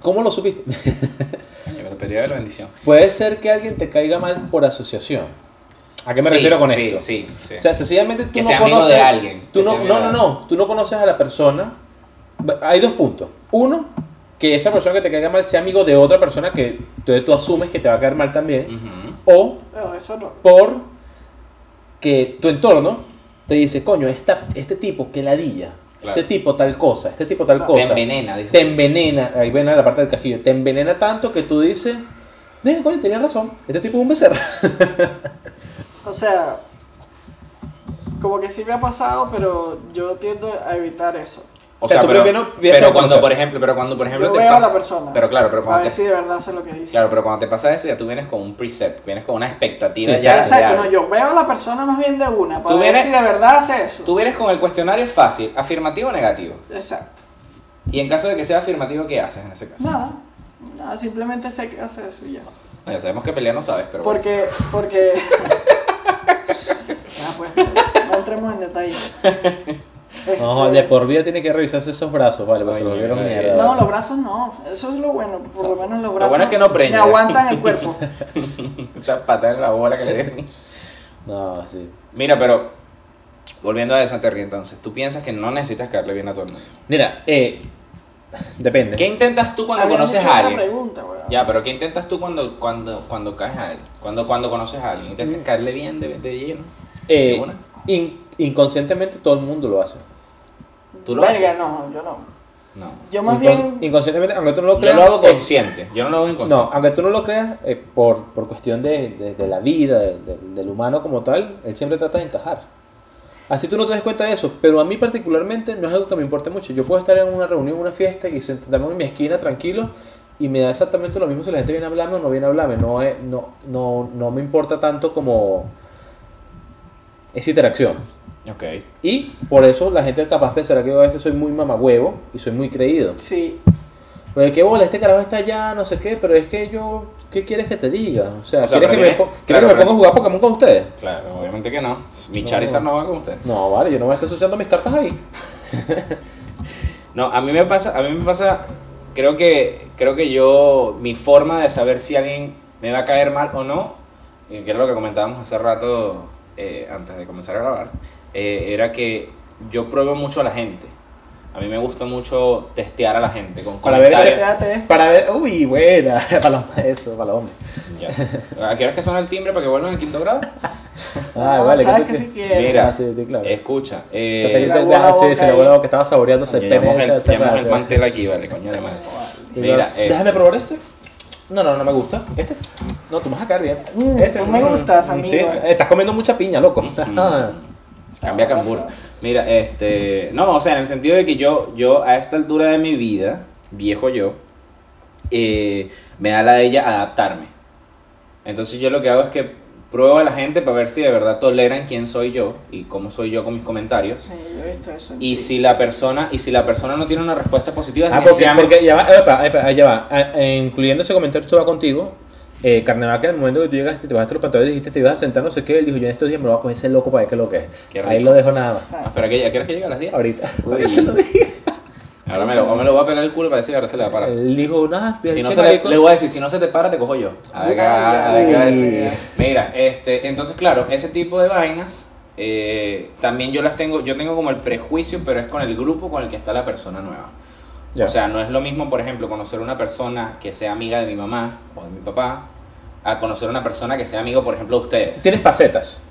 S3: ¿cómo lo supiste?
S2: Coño, pero periodo de la bendición.
S3: Puede ser que alguien te caiga mal por asociación. ¿A qué me
S2: Sí,
S3: refiero con
S2: sí,
S3: esto?
S2: Sí, sí.
S3: O sea, sencillamente tú
S2: Que
S3: no
S2: sea amigo
S3: conoces
S2: de alguien,
S3: Tú
S2: que
S3: no,
S2: sea
S3: no,
S2: amigo
S3: no,
S2: de
S3: no, tú no conoces a la persona. Hay dos puntos. Uno, que esa persona que te caiga mal sea amigo de otra persona que entonces tú asumes que te va a caer mal también.
S2: Ujú.
S3: O
S4: No, eso no.
S3: por que tu entorno te dice, coño, esta, este tipo que ladilla,
S2: Claro. Ah,
S3: este tipo tal cosa, este tipo tal
S2: Te
S3: cosa.
S2: envenena, dices.
S3: Te envenena, ahí ven a la parte del casquillo, te envenena tanto que tú dices, "Mira, coño, tenía razón, este tipo es un becerro.
S4: O sea, como que sí me ha pasado, pero yo tiendo a evitar eso.
S2: O
S3: sea,
S2: sea,
S3: tú
S2: pero,
S3: primero empiezas
S2: pero
S3: a
S2: cuando,
S3: conocer.
S2: por ejemplo, pero cuando, por ejemplo,
S4: Yo
S2: te
S4: veo a
S2: pasa,
S4: la persona.
S2: Pero claro, pero
S4: A
S2: cuando
S4: ver
S2: te,
S4: si de verdad sé lo que dice.
S2: claro, pero cuando te pasa eso ya tú vienes con un preset, vienes con una expectativa ya.
S3: Sí,
S4: Ya,
S2: real.
S4: exacto, no, yo veo a la persona más bien de una para
S2: Tú
S4: ver
S2: vienes-
S4: si de verdad hace eso.
S2: Tú vienes con el cuestionario fácil, afirmativo o negativo.
S4: Exacto.
S2: Y en caso de que sea afirmativo, ¿qué haces en ese caso?
S4: Nada, nada, simplemente sé que hace eso y ya.
S2: No, ya sabemos que pelear no sabes, pero bueno.
S4: Porque, porque, pues. No entremos
S2: <laughs>
S4: en detalles.
S3: No,
S4: Este,
S3: de por vida tiene que revisarse esos brazos, vale, pues se
S2: Coño,
S3: lo vieron
S2: vale.
S3: mierda.
S4: No, los brazos no. Eso es lo bueno. Por lo menos los brazos.
S2: bueno es que no
S4: Me
S2: preña.
S4: aguantan el cuerpo.
S2: <laughs> Esa patada en la bola que le dieron.
S3: No, sí.
S2: Mira, pero volviendo a esa Terry, entonces, tú piensas que no necesitas caerle bien a todo el mundo.
S3: Mira, eh, depende. Eh,
S2: ¿Qué intentas tú <laughs> cuando
S4: Habías
S2: conoces
S4: hecho
S2: a
S4: una
S2: alguien?
S4: pregunta, weón.
S2: Ya, pero ¿qué intentas tú cuando, cuando, cuando caes a alguien? Cuando, cuando conoces a alguien, intentas caerle bien de, de lleno.
S3: Eh,
S2: ¿De una?
S3: in- inconscientemente todo el mundo lo hace.
S2: ¿Tú lo
S4: Verga,
S2: haces?
S4: no, yo no.
S2: No.
S4: Yo más
S3: Incon-
S4: bien.
S3: Inconscientemente, aunque tú no lo
S2: Yo
S3: creas.
S2: lo hago
S3: eh,
S2: consciente, yo no lo hago
S3: no,
S2: inconsciente.
S3: aunque tú no lo creas, eh, por, por cuestión de, de- de la vida, de- de- del humano como tal, él siempre trata de encajar. Así tú no te das cuenta de eso, pero a mí particularmente no es algo que me importe mucho. Yo puedo estar en una reunión, una fiesta y sentarme en mi esquina tranquilo y me da exactamente lo mismo si la gente viene a hablarme o no viene a hablarme. No, es- no, no, no me importa tanto como esa interacción.
S2: Ok.
S3: Y por eso la gente capaz pensará que yo a veces soy muy mamagüevo y soy muy creído.
S4: Sí.
S3: Pero que bola, este carajo está allá, no sé qué, pero es que yo, ¿qué quieres que te diga? O sea,
S2: O sea,
S3: ¿quieres que,
S2: pero
S3: me,
S2: tienes-
S3: po- ¿quieres
S2: claro,
S3: que me
S2: pero-
S3: ponga a jugar Pokémon con ustedes?
S2: Claro, obviamente que no. Mi
S3: No.
S2: Charizard no va con usted.
S3: No, vale, yo no voy a estar asociando mis cartas ahí.
S2: No, a mí me pasa, a mí me pasa, creo que, creo que yo, mi forma de saber si alguien me va a caer mal o no, eh, que es lo que comentábamos hace rato eh, antes de comenzar a grabar, eh, era que yo pruebo mucho a la gente. A mí me gusta mucho testear a la gente con
S3: Para ver-
S2: comentarios.
S4: Quédate esto.
S3: Para ver, uy, buena, <laughs> para los, eso, para los hombres.
S2: Ya. ¿A qué hora es que suena el timbre para que vuelvan al quinto
S3: <laughs>
S2: grado?
S3: Ah,
S4: No,
S3: vale,
S4: sabes
S3: que
S4: que
S3: tú-
S4: si quieres.
S2: Mira.
S3: Ah, sí, sí, claro.
S2: Escucha, eh,
S3: Entonces,
S4: la
S3: yo te-
S4: buena
S3: ah, sí,
S4: boca
S3: sí, la
S4: ahí.
S3: buena boca que estaba saboreándose el pene.
S2: llevamos
S3: ese
S2: el,
S3: hace
S2: llevamos el
S3: rato.
S2: mantel aquí, vale, coño de madre.
S3: Y
S2: Mira,
S3: yo,
S2: eh,
S3: Déjame probar este. No, no, no me gusta. ¿Este? No, tú me vas a caer bien.
S4: Mm,
S3: este
S4: tú me gustas, amigo.
S3: Sí, estás comiendo mucha piña, loco.
S2: Mm.
S3: <laughs> Ah.
S2: Cambia cambur. Mira, este. No, o sea, en el sentido de que yo, yo a esta altura de mi vida, viejo yo, eh, me da la de ella adaptarme. Entonces yo lo que hago es que pruebo a la gente para ver si de verdad toleran quién soy yo y cómo soy yo con mis comentarios.
S4: Sí, yo he visto eso. en
S2: Y
S4: ti.
S2: si la persona, y si la persona no tiene una respuesta positiva,
S3: Ah, porque,
S2: sencillamente-
S3: porque ya va, epa, epa, ya va. Ah, eh, incluyendo ese comentario que estuvo contigo, eh, Carnevaca, en el momento que tú llegaste, te bajaste los pantalones y dijiste, te ibas a sentar, no sé qué, él dijo, yo en estos días me lo voy a coger ese loco para ver qué es lo que es.
S2: Qué
S3: Ahí
S2: rico.
S3: lo dejo nada más.
S2: Espera, Ah, ¿a qué- a qué hora es que llega a las 10?
S3: Ahorita. <laughs>
S2: Uy. Ahora me lo, me lo voy a pelar el culo para decir, ahora se le va a parar.
S3: Él dijo, nada,
S2: Si no se le, le voy a decir, si no se te para, te cojo yo. A ver, a ver, a ver, a ver. Mira, este, entonces, claro, ese tipo de vainas eh, también yo las tengo, yo tengo como el prejuicio, pero es con el grupo con el que está la persona nueva.
S3: Ya.
S2: O sea, no es lo mismo, por ejemplo, conocer una persona que sea amiga de mi mamá o de mi papá, a conocer una persona que sea amigo, por ejemplo, de ustedes.
S3: Tienes facetas.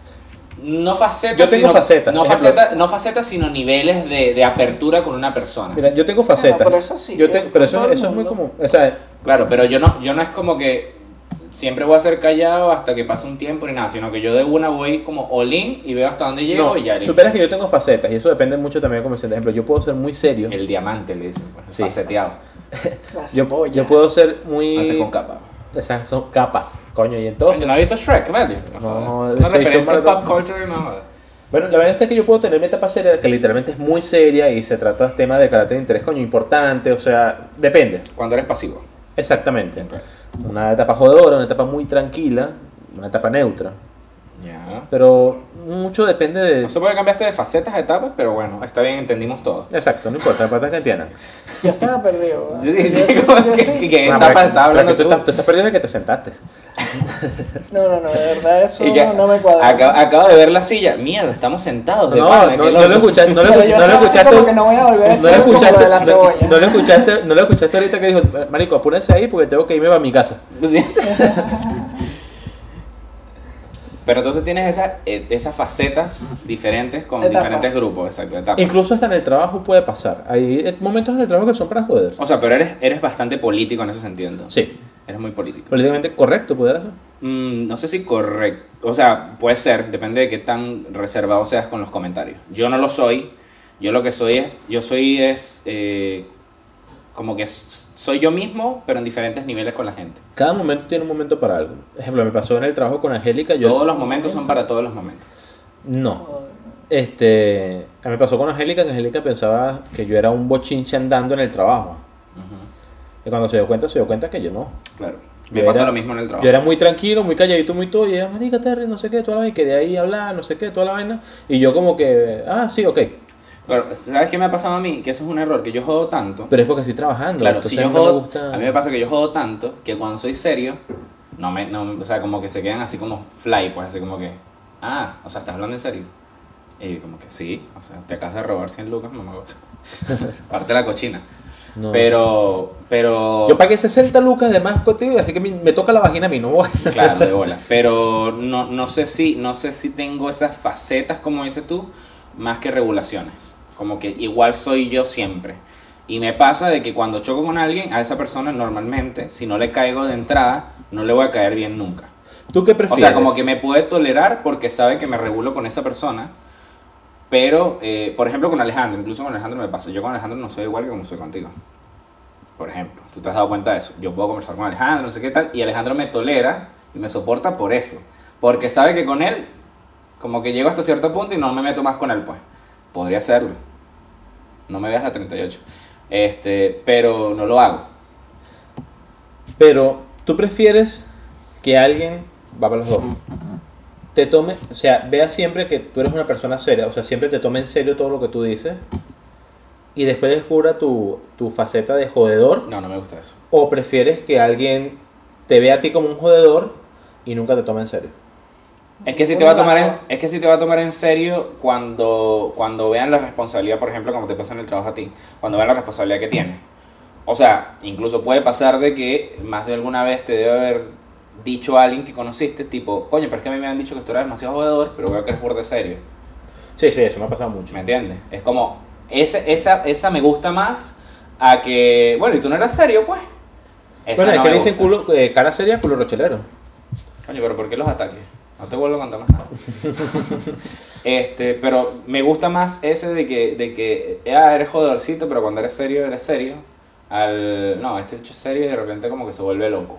S2: No facetas,
S3: Yo tengo
S2: sino,
S3: facetas,
S2: No
S3: ejemplo.
S2: facetas, no facetas, sino niveles de, de apertura con una persona.
S3: Mira, yo tengo facetas.
S4: pero eso sí,
S3: Yo te-
S4: con
S3: pero eso,
S4: todo el
S3: eso es muy
S4: mundo.
S3: común. O sea,
S2: Claro, pero yo no, yo no es como que siempre voy a ser callado hasta que pase un tiempo ni nada, sino que yo de una voy como all in y veo hasta dónde llego
S3: no,
S2: y ya. listo.
S3: superas que yo tengo facetas y eso depende mucho también de cómo me siento. Por ejemplo, yo puedo ser muy serio.
S2: El diamante le dicen, pues,
S3: Sí.
S2: faceteado.
S4: La
S3: Yo,
S4: cebolla.
S3: yo puedo ser muy...
S2: Hace con capa.
S3: Esas son capas, coño, y
S2: Coño,
S3: entonces...
S2: ¿No has visto Shrek, vale?
S3: No,
S2: jodas.
S3: ese
S2: es una
S3: bicho
S2: referencia a
S3: maratón.
S2: pop culture, no jodas.
S3: Bueno, la verdad es que yo puedo tener mi etapa seria, que literalmente es muy seria y se trata de temas de carácter de interés, coño, importante, o sea, depende,
S2: Cuando eres pasivo.
S3: exactamente. Una etapa jodedora, una etapa muy tranquila, una etapa neutra,
S2: Ya.
S3: pero mucho depende de...
S2: No sé por qué cambiaste este de facetas a etapas, pero bueno, está bien, entendimos todo.
S3: Exacto, no importa, la pata que entiendan.
S4: Yo estaba perdido. weón.
S2: Yo sí, sí, <laughs>
S4: Yo
S2: como
S4: sí, yo
S2: que-
S4: sí.
S2: que en
S3: Ah,
S2: etapas
S3: pero-
S2: estaba
S3: pero
S2: hablando
S3: que tú,
S2: tú.
S3: Estás, tú estás perdido de que te sentaste.
S4: No, no, no, de verdad eso
S2: Y que
S4: no, no me cuadra.
S2: acabo- Acabo de ver la silla. Mierda, estamos sentados.
S3: No,
S2: de
S3: no,
S2: pana,
S3: no,
S2: qué
S3: lo
S2: loco.
S3: escuchaste, no lo,
S4: Pero yo
S3: no lo
S4: estaba así
S3: escuchaste.
S4: como que no voy a volver a
S3: No lo
S4: decir como
S3: escuchaste,
S4: lo de la
S3: no-
S4: cebolla.
S3: no lo escuchaste, no lo escuchaste ahorita que dijo, marico, apúrense ahí porque tengo que irme para mi casa.
S2: Pues Sí. Pero entonces tienes esas, eh, esas facetas diferentes con
S4: Etapas.
S2: diferentes grupos, exacto, etapas.
S3: Incluso hasta en el trabajo puede pasar. Hay eh, momentos en el trabajo que son para joder.
S2: o sea, pero eres, eres bastante político en ese sentido, entonces.
S3: Sí,
S2: Eres muy político.
S3: políticamente correcto, pudiera ser.
S2: Mm, no sé si correcto. O sea, puede ser, depende de qué tan reservado seas con los comentarios. Yo no lo soy. Yo lo que soy es. Yo soy es. eh, como que s- soy yo mismo, pero en diferentes niveles con la gente.
S3: Cada momento tiene un momento para algo. Ejemplo, me pasó en el trabajo con Angélica. Yo,
S2: Todos los momentos son para todos los momentos.
S3: No. Este, a mí me pasó con Angélica, que Angélica pensaba que yo era un bochinche andando en el trabajo. Y cuando se dio cuenta, se dio cuenta que yo no.
S2: Claro. Me
S5: Yo
S2: pasa
S5: era-
S2: lo mismo en el trabajo.
S5: Yo era muy tranquilo, muy calladito, muy todo. Y ella, marica, Terry, no sé qué, toda la vaina. Y quería ahí hablar, no sé qué, toda la vaina. Y yo como que, ah, sí, ok.
S2: Claro, ¿sabes qué me ha pasado a mí? Que eso es un error, que yo jodo tanto.
S5: Pero es porque estoy trabajando.
S2: Claro,
S5: entonces
S2: si yo
S5: no me
S2: jodo,
S5: gusta-
S2: a mí me pasa que yo jodo tanto que cuando soy serio, no me, no, o sea, como que se quedan así como fly, pues así como que, ah, o sea, estás hablando en serio. Y yo como que sí, o sea, te acabas de robar 100 lucas, no me gusta. <laughs> Parte de la cochina.
S5: No.
S2: pero, pero...
S5: Yo pagué 60 lucas de más contigo, así que me, me toca la vagina a mí, no <laughs> voy.
S2: Claro, de bola. Pero no, no sé si, no sé si tengo esas facetas, como dices tú, más que regulaciones. Como que igual soy yo siempre. Y me pasa de que cuando choco con alguien, a esa persona normalmente, si no le caigo de entrada, no le voy a caer bien nunca.
S5: ¿Tú qué
S2: O
S5: prefieres?
S2: sea, como que me puede tolerar porque sabe que me regulo con esa persona. Pero, eh, por ejemplo, con Alejandro, incluso con Alejandro me pasa. Yo con Alejandro no soy igual que como soy contigo. Por ejemplo, tú te has dado cuenta de eso. Yo puedo conversar con Alejandro, no sé qué tal, y Alejandro me tolera y me soporta por eso. Porque sabe que con él, como que llego hasta cierto punto y no me meto más con él, pues. Podría hacerlo. No me veas la 38. Este, pero no lo hago.
S5: Pero, ¿tú prefieres que alguien, va para los dos, te tome, o sea, vea siempre que tú eres una persona seria, o sea, siempre te tome en serio todo lo que tú dices, y después descubra tu, tu faceta de jodedor,
S2: No, no me gusta eso.
S5: o prefieres que alguien te vea a ti como un jodedor y nunca te tome en serio?
S2: Es que si te va a tomar en, es que si te va a tomar en serio cuando, cuando vean la responsabilidad, por ejemplo, como te pasa en el trabajo a ti, cuando vean la responsabilidad que tienes. O sea, incluso puede pasar de que más de alguna vez te debe haber dicho a alguien que conociste, tipo, coño, pero es que a mí me han dicho que tú eras demasiado jodedor, pero veo que eres burde serio.
S5: Sí, sí, eso me ha pasado mucho.
S2: ¿Me entiendes? Es como, ese, esa, esa me gusta más a que, bueno, y tú no eras serio, pues. Esa
S5: bueno, es
S2: no
S5: que
S2: me
S5: le dicen
S2: gusta.
S5: culo, eh, cara seria, culo rochelero.
S2: Coño, pero ¿por qué los ataques? No te vuelvo a contar más nada.
S4: <laughs>
S2: este, pero me gusta más ese de que, de que ah, eres jodorcito, pero cuando eres serio, eres serio. Al, no, este hecho es serio y de repente como que se vuelve loco.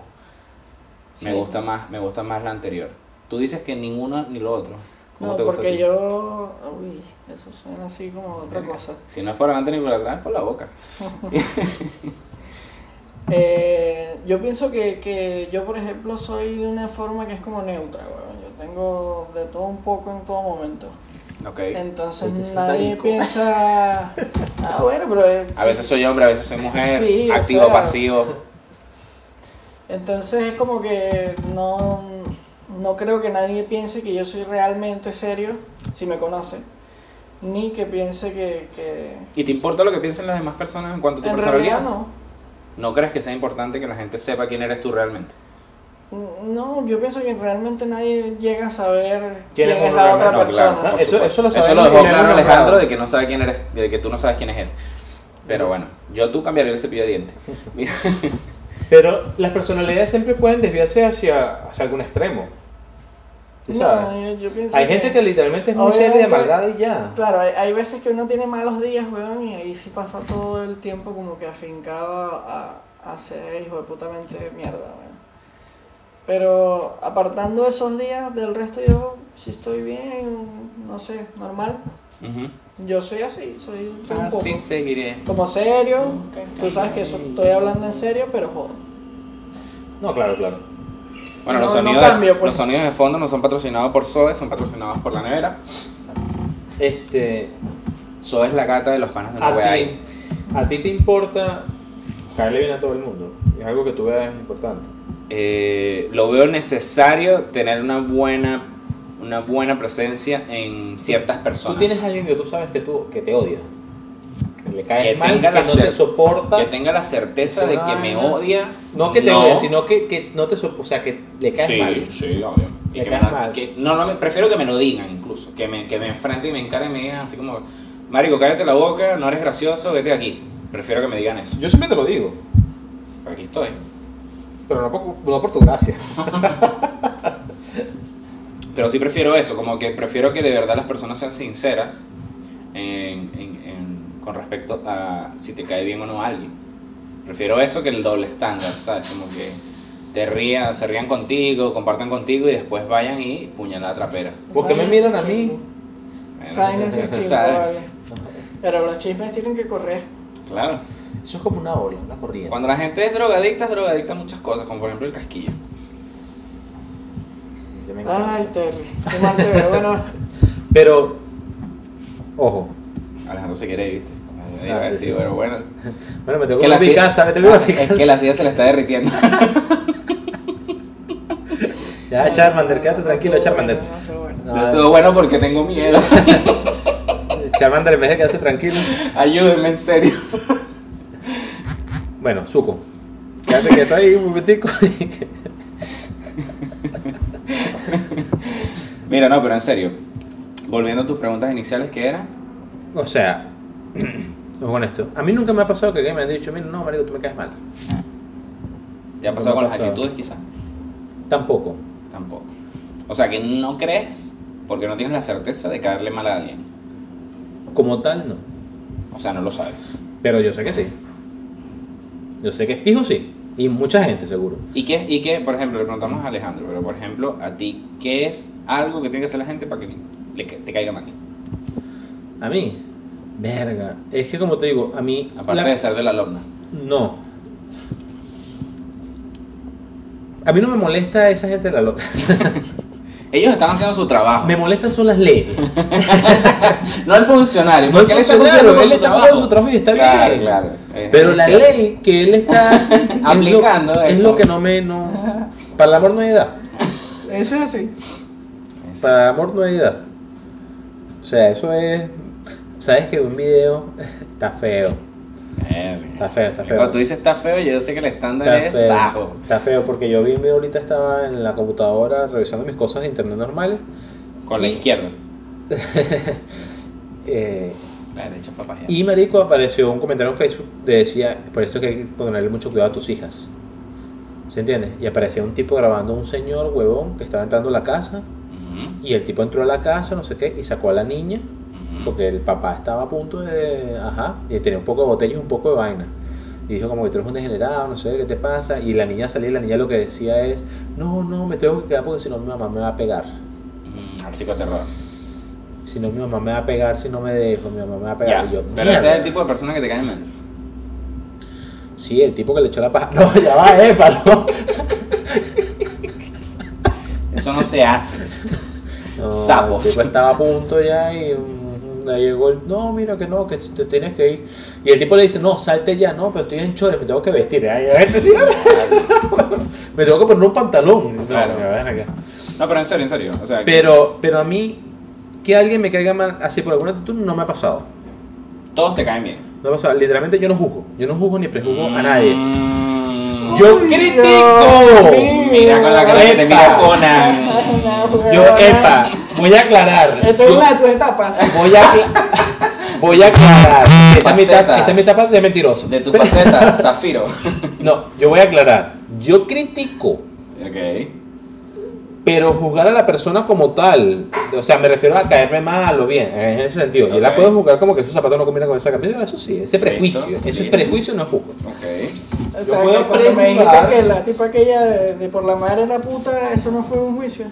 S2: Me
S5: Sí.
S2: gusta más, me gusta más la anterior. Tú dices que ninguno ni lo otro. ¿Cómo
S4: No,
S2: te gusta a
S4: porque
S2: ti?
S4: yo. Uy, eso suena así como otra cosa.
S2: Si no es por adelante ni por atrás, es por la boca.
S4: Eh, yo pienso que, que yo, por ejemplo, soy de una forma que es como neutra, weón. Yo tengo de todo un poco en todo momento.
S2: Ok.
S5: Este
S4: Entonces
S5: es
S4: nadie
S5: satánico.
S4: piensa.
S2: <laughs>
S4: Ah, bueno, pero. eh,
S2: A veces soy hombre, a veces soy mujer,
S4: Sí, o
S2: activo,
S4: sea.
S2: pasivo.
S4: Entonces es como que no, no creo que nadie piense que yo soy realmente serio, si me conoce, ni que piense que... que-
S2: ¿Y te importa lo que piensen las demás personas en cuanto a tu
S4: En
S2: personalidad?
S4: realidad no.
S2: ¿No crees que sea importante que la gente sepa quién eres tú realmente?
S4: No, yo pienso que realmente nadie llega a saber
S5: ¿Quién
S4: quién,
S5: es
S4: es
S5: uno
S4: la otra
S2: realmente? No,
S4: persona.
S2: claro, por
S5: Eso-
S2: supuesto.
S5: eso lo
S2: Eso
S5: sabemos
S2: lo
S5: y
S2: dejó
S5: lo hemos
S2: claro
S5: logrado.
S2: Alejandro de que no sabe quién eres, de que tú no sabes quién es él. Pero bueno, yo tú cambiaría el cepillo de dientes. Mira,
S3: Pero las personalidades siempre pueden desviarse hacia, hacia algún extremo. ¿Sí
S4: No,
S3: sabes?
S4: yo, yo pienso
S3: Hay gente que literalmente es muy
S4: Obviamente-
S3: seria de amargada y ya.
S4: Claro, hay, hay veces que uno tiene malos días, weón, y ahí sí pasa todo el tiempo como que afincado a, a ser hijo de putamente mierda, weón. Pero apartando esos días del resto, yo si estoy bien, no sé, normal.
S2: Ujú.
S4: Yo soy así, soy un
S3: Ah,
S4: poco
S2: Así seguiré.
S4: como serio. Tú sabes que so- estoy hablando en serio, pero joder.
S3: No, claro, claro.
S2: Bueno,
S4: No,
S2: los,
S4: no
S2: sonidos,
S4: cambio, pues.
S2: los sonidos de fondo no son patrocinados por Zoe, son patrocinados por la nevera.
S3: Este,
S2: Zoe es la gata de los panas de la
S3: a ti,
S2: ahí.
S3: a ti te importa caerle bien a todo el mundo. Es algo que tú veas importante.
S2: Eh, lo veo necesario tener una buena, una buena presencia en ciertas personas.
S3: Tú tienes a alguien que tú sabes que tú que te odia. Que le
S2: que
S3: caes mal, que
S2: tenga
S3: no
S2: la
S3: te
S2: cer-
S3: soporta.
S2: que tenga la certeza de que me odia.
S3: No que te odia, sino que, que no te soporta. O sea, que le caes
S2: sí,
S3: mal.
S2: Sí, obvio. Y
S3: Le
S2: que
S3: caes
S2: me-
S3: mal.
S2: que- no, no, me- prefiero que me lo digan incluso. Que me, que me enfrenten y me encaren y me digan así como, Marico, cállate la boca, no eres gracioso, vete de aquí. Prefiero que me digan eso.
S3: Yo siempre te lo digo,
S2: Aquí estoy.
S3: pero no por, no por tu gracia.
S2: Pero sí prefiero eso, como que prefiero que de verdad las personas sean sinceras en- en- en- con respecto a si te cae bien o no alguien. Prefiero eso que el doble estándar, ¿sabes? Como que te rían, se rían contigo, compartan contigo y después vayan y puñalada trapera.
S3: ¿Por qué me
S4: ¿Sabes?
S3: miran a
S4: Sí.
S3: mí?
S2: Bueno,
S4: Saben ese
S2: tú <laughs>
S3: <laughs>
S4: chisme,
S2: sabes.
S4: vale. Pero los chismes tienen que correr.
S2: Claro.
S3: Eso es como una ola, una corriente.
S2: Cuando la gente es drogadicta, es drogadicta a muchas cosas, como por ejemplo el casquillo.
S3: Se me encanta.
S4: Ay, Terry. Qué mal te veo. Bueno,
S3: Pero, ojo.
S2: Alejandro se quiere, ¿viste?
S3: Ah,
S2: Iba a
S3: sí,
S2: decir,
S3: sí.
S2: pero bueno.
S3: Bueno, me tengo
S2: Que
S3: que ir a
S2: la
S3: mi
S2: silla- Ah,
S3: casa, me tengo que ir a mi
S2: Es
S3: casa.
S2: que la silla se le está derritiendo.
S3: Ya, Charmander, quédate
S4: no,
S3: tranquilo,
S4: estuvo
S3: Charmander.
S4: bueno, no estuvo bueno.
S2: <laughs> No, estuvo bueno porque tengo miedo. <laughs>
S3: eh, Charmander, en vez de quedarse tranquilo.
S2: Ayúdenme, en serio.
S3: Bueno, Suco. Quédate que está ahí un momentico. <laughs>
S2: Mira, no, pero en serio. Volviendo a tus preguntas iniciales, ¿qué eran?
S3: o sea, <clears throat> con esto. A mí nunca me ha pasado que me han dicho, mira, no, marico, tú me caes mal.
S2: ¿Ya ha pasado
S3: No
S2: con
S3: me ha
S2: las
S3: pasado.
S2: actitudes, quizás?
S3: Tampoco.
S2: Tampoco. O sea, que no crees porque no tienes la certeza de caerle mal a alguien.
S3: Como tal, no.
S2: O sea, no lo sabes.
S3: Pero yo sé que sí. Yo sé que fijo sí. Y mucha gente, seguro.
S2: ¿Y qué, y qué, por ejemplo, le preguntamos a Alejandro, pero por ejemplo, a ti, ¿qué es algo que tiene que hacer la gente para que le ca- te caiga mal?
S3: A mí, verga. Es que como te digo, a mí...
S2: Aparte
S3: la-
S2: de ser de la alumna.
S3: No. A mí no me molesta esa gente de la lota.
S2: Ellos están haciendo su trabajo.
S3: Me molestan son las leyes.
S2: No el funcionario,
S3: No el
S2: porque él está cumpliendo
S3: funcionario,
S2: con
S3: él
S2: su
S3: está
S2: trabajo.
S3: cumpliendo su trabajo y está
S2: Claro,
S3: bien.
S2: claro. Eh, <laughs>
S3: Pero
S2: es
S3: la
S2: cierto.
S3: ley que él está es
S2: <laughs>
S3: lo-
S2: Aplicando
S3: es lo,
S2: esto.
S3: que no me no para el amor no hay edad,
S6: Eso es así.
S2: Es-
S3: para el amor no hay edad. O sea, eso es sabes que un video <laughs> está feo,
S2: Verga.
S3: está feo, está
S2: Cuando
S3: feo.
S2: tú dices está feo, yo sé que el estándar
S3: Está
S2: es
S3: feo,
S2: bajo.
S3: está feo porque yo vi un video ahorita estaba en la computadora revisando mis cosas de internet normales,
S2: Con la
S3: Y-
S2: izquierda.
S3: eh,
S2: La derecha es papaya.
S3: y marico apareció un comentario en Facebook que decía por esto que hay que ponerle mucho cuidado a tus hijas, ¿se entiende? Y aparecía un tipo grabando a un señor huevón que estaba entrando a la casa
S2: Ujú,
S3: Y el tipo entró a la casa, no sé qué, y sacó a la niña,
S2: ujú.
S3: porque el papá estaba a punto de. Ajá, y tenía un poco de botellas y un poco de vaina. Y dijo, como que tú eres un degenerado, no sé qué te pasa. Y la niña salía y la niña lo que decía es: No, no, me tengo que quedar porque si no mi mamá me va a pegar.
S2: Mm, Al psicoterror.
S3: Si no, mi mamá me va a pegar, si no me dejo, mi mamá me va a pegar.
S2: Ya,
S3: Y yo,
S2: pero ese
S3: "Mierda".
S2: es el tipo de persona que te cae mal.
S3: Sí, el tipo que le echó la paja. <laughs> No, ya va, eh, palo.
S2: Eso no se
S3: <laughs>
S2: hace.
S3: No,
S2: Sapos.
S3: El tipo estaba a punto ya y mm, le llegó el, no, mira que no, que te tienes que ir. Y el tipo le dice, no, salte ya, no, pero estoy en chores, me tengo que vestir. Ay, vete, sí, me tengo que poner un pantalón. No,
S2: Claro.
S3: me van acá.
S2: No, pero en serio, en serio. O sea, que
S3: Pero, pero a mí, que alguien me caiga mal así por alguna actitud no me ha pasado.
S2: todos te caen bien.
S3: No me ha pasado. Literalmente yo no juzgo. Yo no juzgo ni prejuzgo a nadie.
S2: Mm,
S3: Yo
S6: Dios
S3: critico.
S2: Mira con la cara que te mira Conan.
S4: Una
S3: Yo,
S4: huevona.
S3: epa, voy a aclarar.
S4: Esto es
S3: Yo-
S4: una de tus etapas.
S3: Voy a, <laughs> voy a aclarar. Esta es mi etapa-
S2: Facetas.
S3: esta es mi etapa de mentiroso.
S2: De tu
S3: Pero-
S2: faceta, Zafiro.
S3: No, yo voy a aclarar. Yo critico,
S2: Ok.
S3: pero juzgar a la persona como tal. O sea, me refiero a caerme mal o bien, en ese sentido. Yo la
S2: Ok.
S3: puedo juzgar como que esos zapatos no combinan con esa camisa. Eso sí, ese prejuicio.
S2: Listo,
S3: eso es
S2: bien.
S3: prejuicio, no es juzgo.
S2: Ok.
S4: O sea,
S3: puedo
S4: que cuando me dijiste
S3: prejuzgar.
S4: que la tipa aquella de, de por la madre era puta, eso no fue un juicio.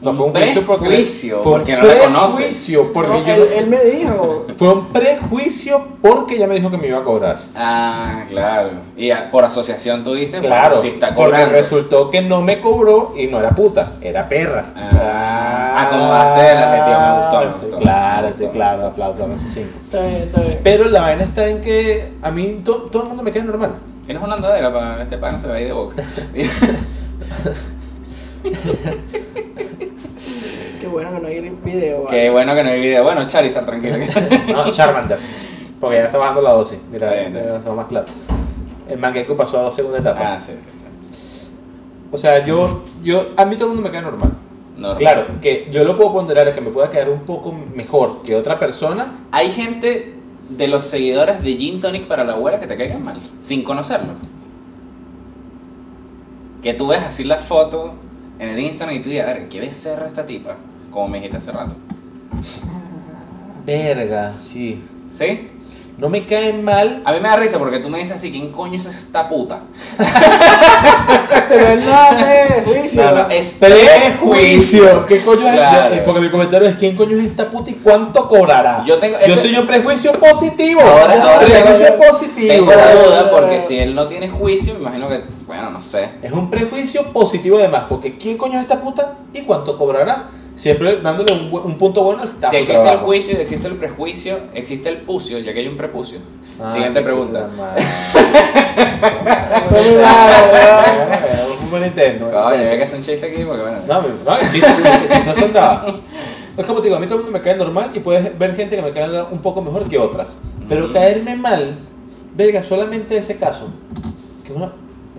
S3: No
S2: Un
S3: fue un juicio porque,
S2: prejuicio,
S3: fue un
S2: porque no la conoces.
S3: prejuicio porque
S4: No,
S3: yo
S4: él,
S3: no-
S4: él me dijo.
S3: Fue un prejuicio porque ella me dijo que me iba a cobrar.
S2: Ah, claro. Y ah, por asociación tú dices,
S3: Claro,
S2: bueno, si está
S3: porque
S2: cobrando.
S3: resultó que no me cobró y no era puta, era perra.
S2: Ah, acomodaste el adjetivo, me gustó, me gustó.
S3: Claro, este,
S2: Me gustó,
S3: claro, aplauso, aplauso, sí.
S4: Está bien, está bien.
S3: Pero la vaina está en que a mí to- todo el mundo me cae normal.
S2: Tienes una andadera para este pan se va a ir de
S3: <laughs>
S2: boca. <laughs>
S4: Qué bueno que no hay video. vale.
S2: Qué bueno que no hay video. Bueno, Charizard,
S3: <laughs>
S2: tranquilo.
S3: No, Charmander. Porque ya está bajando la dosis. Mira,
S2: Está bien, está
S3: somos más claros. El Mangeku pasó a dos segunda etapa.
S2: ah, sí, sí. sí.
S3: O sea, yo, yo, a mí todo el mundo me cae normal.
S2: Normal.
S3: Claro, que yo lo puedo ponderar, es que me pueda quedar un poco mejor que otra persona,
S2: Hay gente de los seguidores de Gin Tonic para la abuela que te caigan mal, sin conocerlo. Que tú ves así la foto en el Instagram y tú dices, a ver, ¿qué becerra esta tipa? Como me dijiste hace rato.
S3: Verga, sí.
S2: ¿Sí?
S3: No me caen mal.
S2: A mí me da risa porque tú me dices así, ¿quién coño es esta puta?
S4: Pero él no hace juicio.
S2: No, no, es prejuicio.
S3: ¿Qué coño es?
S2: Claro.
S3: Yo- eh, Porque mi comentario es: ¿quién coño es esta puta y cuánto cobrará?
S2: Yo tengo ese-
S3: soy un prejuicio positivo.
S2: Ahora-
S3: Yo-
S2: ahora-
S3: prejuicio
S2: ahora-
S3: positivo.
S2: Tengo la duda porque si él no tiene juicio, me imagino que, bueno, no sé.
S3: Es un prejuicio positivo además, porque ¿quién coño es esta puta y cuánto cobrará? Siempre dándole un, bu- un punto bueno al
S2: Si
S3: al
S2: existe el
S3: trabajo.
S2: juicio, existe el prejuicio, existe el pucio, ya que hay un prepucio.
S3: Ah,
S2: Siguiente
S3: qué
S2: pregunta.
S3: chula
S2: <laughs>
S3: madre.
S4: Fue muy malo, weón.
S3: un buen intento. un buen
S2: Coño,
S3: intento.
S2: había que hacer un chiste aquí porque, bueno.
S3: No, pero- no, el chiste, el chiste- el chistoso andaba. Es como te digo, a mí todo el mundo me cae normal y puedes ver gente que me cae un poco mejor que otras. Pero caerme mal, verga, solamente ese caso, que uno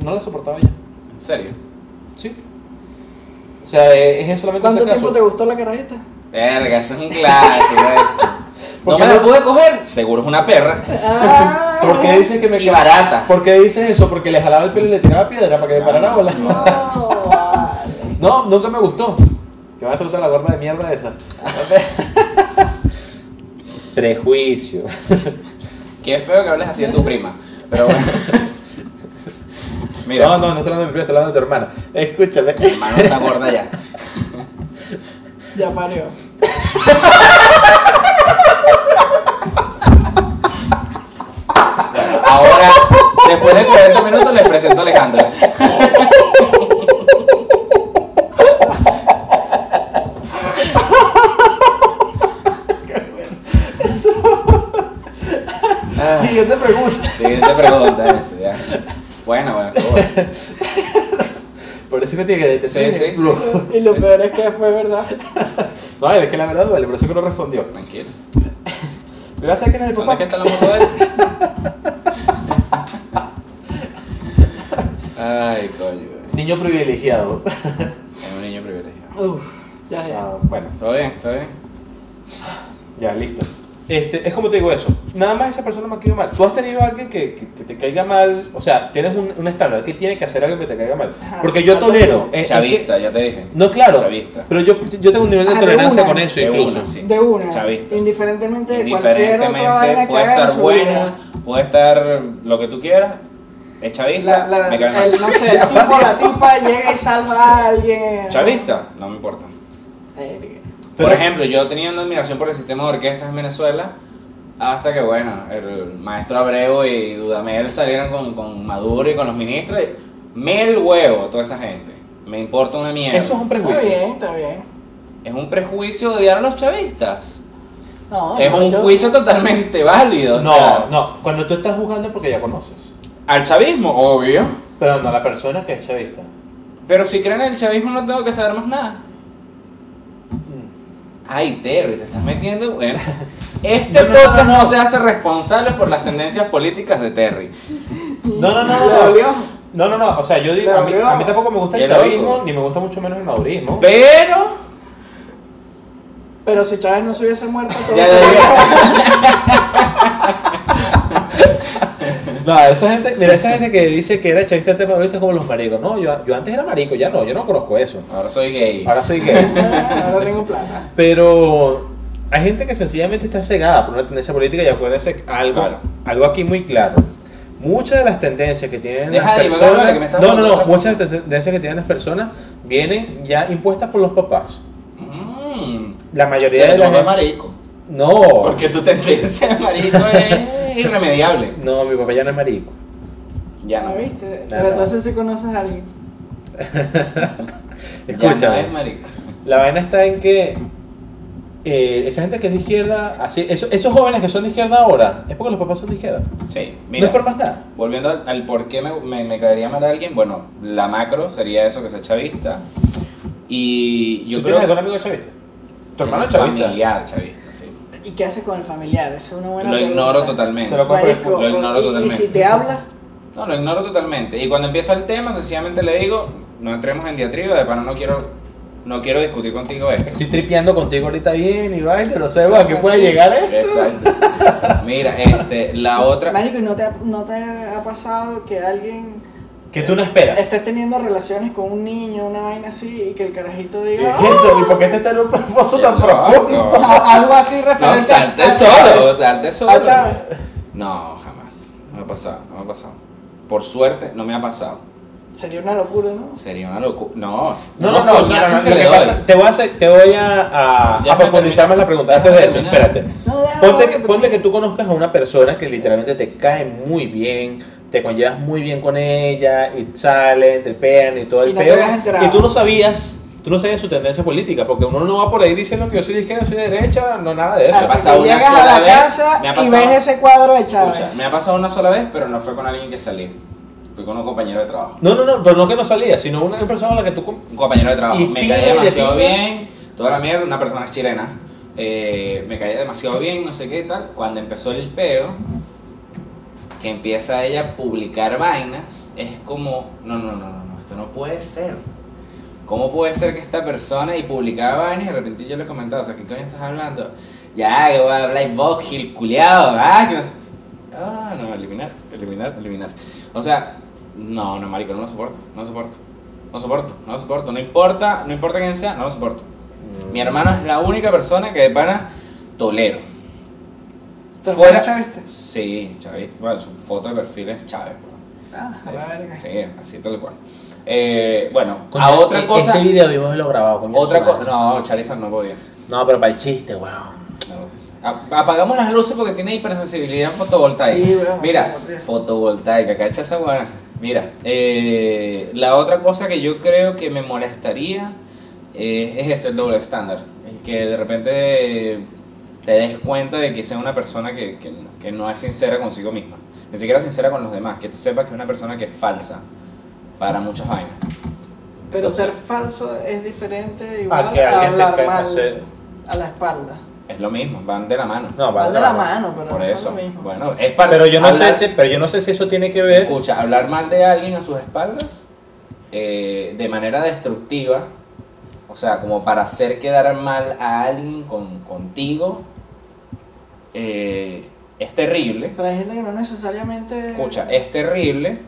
S3: no la soportaba ya.
S2: En serio.
S3: Sí. O sea, eh, es solamente ese
S4: ¿Cuánto
S3: caso.
S4: tiempo te gustó la
S3: <laughs>
S4: carajita?
S2: Verga, eso es un clásico. eh. no
S3: Porque
S2: me la
S3: no-
S2: pude coger. Seguro es una perra.
S4: Ah,
S3: ¿Por qué dices que <laughs> me
S2: Y barata.
S3: ¿Por qué dices eso? Porque le jalaba el pelo y le tiraba piedra para que me parara a volar.
S4: no, vale.
S3: <laughs> No, nunca me gustó. Que va a tratar la gorda de mierda esa. Prejuicio.
S2: <laughs> Qué feo que hables así de tu prima. Pero
S3: <laughs>
S2: bueno. Mira,
S3: No, no, no estoy hablando de mi primo, estoy hablando de tu hermana. Escúchame.
S2: mi hermano está gorda ya.
S4: Ya parió.
S2: Ahora, después de 40 minutos, les presento a Alejandro. Ah,
S3: <laughs> Siguiente pregunta.
S2: siguiente pregunta, eso ya. Bueno, bueno, estuvo bueno.
S3: Por eso que tiene que
S2: Sí, sí, sí.
S4: Y lo peor es que fue verdad.
S3: No, es que la verdad duele, por eso que no respondió.
S2: tranquilo.
S3: ¿Me vas a saber quién es el
S2: ¿Dónde
S3: papá?
S2: es que está la moto de él? Ay, coño.
S3: Niño privilegiado.
S2: Es un niño privilegiado.
S4: Uf, ya, ya.
S3: Ah, bueno,
S2: ¿Todo bien? ¿Todo bien?
S3: ya, listo. Este, es como te digo eso. Nada más esa persona me ha caído mal. Tú has tenido a alguien que, que- que te caiga mal. O sea, tienes un, un estándar. ¿Qué tiene que hacer alguien que te caiga mal? Porque yo tolero. eh, eh,
S2: Chavista, ya te dije.
S3: No, claro.
S2: Chavista.
S3: Pero yo, yo tengo un nivel de
S4: Ah, de
S3: tolerancia
S4: una.
S3: con eso
S2: De
S3: incluso.
S2: una, sí.
S4: De una.
S2: Chavista.
S4: Indiferentemente de cualquier otra vaina
S2: Indiferentemente,
S4: que
S2: puede
S4: haga en
S2: estar
S4: su
S2: buena,
S4: vida.
S2: puede estar lo que tú quieras. Es chavista,
S4: La, la,
S2: me cae mal.
S4: el, no sé, el tipo, la tipa llega y salva a alguien.
S2: Chavista, no me importa.
S4: Verga.
S3: Pero-
S2: por ejemplo, yo tenía una admiración por el sistema de orquestas en Venezuela. Hasta que, bueno, el maestro Abreu y Dudamel salieron con, con Maduro y con los ministros. y Me el huevo toda esa gente. Me importa una mierda.
S3: Eso es un
S4: Está
S3: prejuicio.
S4: bien, está bien.
S2: Es un prejuicio odiar a los chavistas.
S4: No,
S2: es
S4: yo-
S2: un
S4: yo-
S2: juicio totalmente válido. o
S3: No,
S2: sea,
S3: no. Cuando tú estás jugando porque ya conoces.
S2: Al chavismo, obvio.
S3: Pero no a la persona que es chavista.
S2: Pero si creen en el chavismo no tengo que saber más nada. Ay, Terry, te estás metiendo.
S3: <laughs>
S2: Bueno, este
S3: Mm. No, no, no,
S2: podcast
S3: no, no.
S2: no se hace responsable por las tendencias políticas de Terry.
S3: No, no, no.
S4: ¿Le
S3: no,
S4: dolió?
S3: No, no, no, o sea, yo digo,
S4: Le
S3: a mí,
S4: dolió.
S3: a mí tampoco me gusta el
S2: Qué loco.
S3: chavismo, ni me gusta mucho menos el madurismo.
S2: Pero.
S4: Pero si Chávez no se hubiese muerto, todo
S2: Ya, ya, ya.
S3: No, esa gente, mira, esa gente que dice que era chavista antes de madurista es como los maricos. No, yo, yo antes era marico, ya no, yo no conozco eso.
S2: Ahora soy gay.
S3: Ahora soy gay.
S4: Ah, <laughs> Ahora tengo plata.
S3: Pero hay gente que sencillamente está cegada por una tendencia política y acuérdense algo,
S2: Claro.
S3: algo aquí muy claro. Muchas de las tendencias que tienen
S2: Deja
S3: las
S2: de divagar,
S3: personas,
S2: vale, que me estás
S3: no, no,
S2: hablando
S3: no,
S2: otra cosa.
S3: muchas de las tendencias que tienen las personas vienen ya impuestas por los papás.
S2: Mmm.
S3: La mayoría
S2: Se
S3: de
S2: le
S3: la
S2: tomó
S3: gente-
S2: marico.
S3: no,
S2: Porque tu tendencia de marico es irremediable.
S3: no, mi papá ya no es marico.
S2: Ya
S4: Ah,
S2: no.
S4: ¿Viste?
S3: no.
S4: Pero entonces si conoces a alguien.
S2: Ya no
S3: Escúchame.
S2: es marico.
S3: La vaina está en que eh, esa gente que es de izquierda, así, eso- esos jóvenes que son de izquierda ahora, es porque los papás son de izquierda.
S2: Sí,
S3: No
S2: mira.
S3: es por más nada.
S2: Volviendo al, al por qué me, me, me caería mal a alguien, bueno, la macro sería eso que sea chavista. Y yo
S3: ¿Tú
S2: creo
S3: tienes algún amigo chavista? ¿Tu hermano es
S2: Tengo
S3: chavista?
S2: Familiar chavista, sí.
S4: ¿Y qué haces con el familiar? Esa es una buena
S2: Lo
S4: pregunta.
S2: ignoro totalmente.
S3: Te lo-
S4: Marico,
S2: Lo ignoro
S4: y- y,
S2: totalmente.
S4: si te habla,
S2: No, lo ignoro totalmente. Y cuando empieza el tema, sencillamente le digo, no entremos en diatriba, de pana no quiero, no quiero discutir contigo esto.
S3: Estoy tripeando contigo ahorita bien y baile, no sé, ¿a qué
S4: Sí,
S3: puede
S4: sí.
S3: llegar ¿eh? esto?
S2: Exacto. Mira, este, la otra.
S4: Marico, ¿y no te, ha- no te ha pasado que alguien
S3: Que tú no esperas.
S4: estés teniendo relaciones con un niño, una vaina así, y que el carajito
S3: ¿Qué es
S4: diga "Oh",
S3: esto? ¿Y por qué te está en un pozo tan profundo?
S2: No,
S4: a- algo así
S2: no,
S4: referente
S2: salte
S4: a Chávez?
S2: solo, salte
S4: A
S2: solo.
S4: Chávez.
S2: No, jamás. No me ha pasado, no me ha pasado. Por suerte, no me ha pasado.
S4: Sería una locura, ¿no?
S2: Sería una locura. No,
S3: No, no, no,
S2: coñazos que
S3: lo
S2: le
S3: que
S2: doy.
S3: pasa- te voy a, hacer- te voy a, a-
S2: Ya
S3: a
S2: me
S3: profundizar más la pregunta antes de eso,
S2: terminé.
S3: espérate.
S4: No, déjalo,
S3: Ponte que,
S4: déjalo.
S3: ponte que tú conozcas a una persona que literalmente te cae muy bien, te conllevas muy bien con ella, y salen, te pegan y todo el
S4: Y no te
S3: peo,
S4: habías enterado.
S3: Y tú no sabías, tú no sabías su tendencia política, porque uno no va por ahí diciendo que yo soy de izquierda, soy de derecha, no nada de eso.
S2: Me ha pasado
S4: Y
S2: una
S4: llegas a
S2: sola
S4: la
S2: vez,
S4: casa
S2: me ha
S4: y
S2: pasado.
S4: ves ese cuadro de
S2: Escucha,
S4: Chávez.
S2: me ha pasado una sola vez, pero no fue con alguien que salí. Fui con un compañero de trabajo.
S3: No, no, no, pero no que no salía, sino una persona a la que tú... con-
S2: Un compañero de trabajo.
S3: Y
S2: me
S3: fino,
S2: caía
S3: y de
S2: demasiado
S3: pinga.
S2: bien. Toda la mierda, una persona chilena. Eh, me caía demasiado bien, no sé qué tal. Cuando empezó el peo, que empieza ella a publicar vainas, es como, no, no, no, no, no, esto no puede ser. ¿Cómo puede ser que esta persona y publicaba vainas y de repente yo le comentaba, o sea, ¿qué coño estás hablando? Ya, que voy a hablar Vox, Gil, culiado, ah, que no sé. Ah, no, eliminar, eliminar, eliminar. O sea, no, no, marico, no lo soporto, no lo soporto. No soporto, no lo soporto. No importa, no importa quién sea, no lo soporto. Mi hermano es la única persona que de pana tolero.
S4: ¿Te
S2: Fuera.
S4: acuerdas, Chávez?
S2: Sí, Chávez. Bueno, su foto de perfil es Chávez. weón.
S4: Ah, a la verga.
S2: Sí, así tal cual. Eh, bueno,
S3: Coño,
S2: a otra
S3: e-
S2: cosa.
S3: Este video debimos haberlo grabado, coño.
S2: otra
S3: su
S2: cosa.
S3: madre.
S2: No, Charizard no podía.
S3: No, pero para el chiste, weón.
S2: No. A- Apagamos las luces porque tiene hipersensibilidad fotovoltaica.
S4: Sí, weón,
S2: Mira,
S4: sí, weón.
S2: fotovoltaica, cacha esa buena. Mira, eh, la otra cosa que yo creo que me molestaría eh, es ese el doble estándar. Es Que de repente eh, te des cuenta de que sea una persona que, que- que no es sincera consigo misma. Ni siquiera sincera con los demás. Que tú sepas que es una persona que es falsa para muchas vainas.
S4: Pero
S2: Entonces-
S4: ser falso es diferente
S3: Ah,
S4: igual
S3: que
S4: a
S3: alguien te
S4: hablar
S3: cae, no
S4: mal
S3: sé.
S4: a la espalda.
S2: Es lo mismo, van de la mano.
S3: No,
S4: Van
S3: vale.
S4: de la mano, pero
S2: Por
S4: no
S2: eso.
S4: son lo mismo.
S2: Bueno, es parte
S3: Pero yo no
S2: hablar-
S3: sé si, pero yo no sé si eso tiene que ver.
S2: Escucha, hablar mal de alguien a sus espaldas eh, de manera destructiva, o sea, como para hacer quedar mal a alguien con, contigo, eh, es terrible.
S4: Pero hay gente que no necesariamente.
S2: Escucha, es terrible,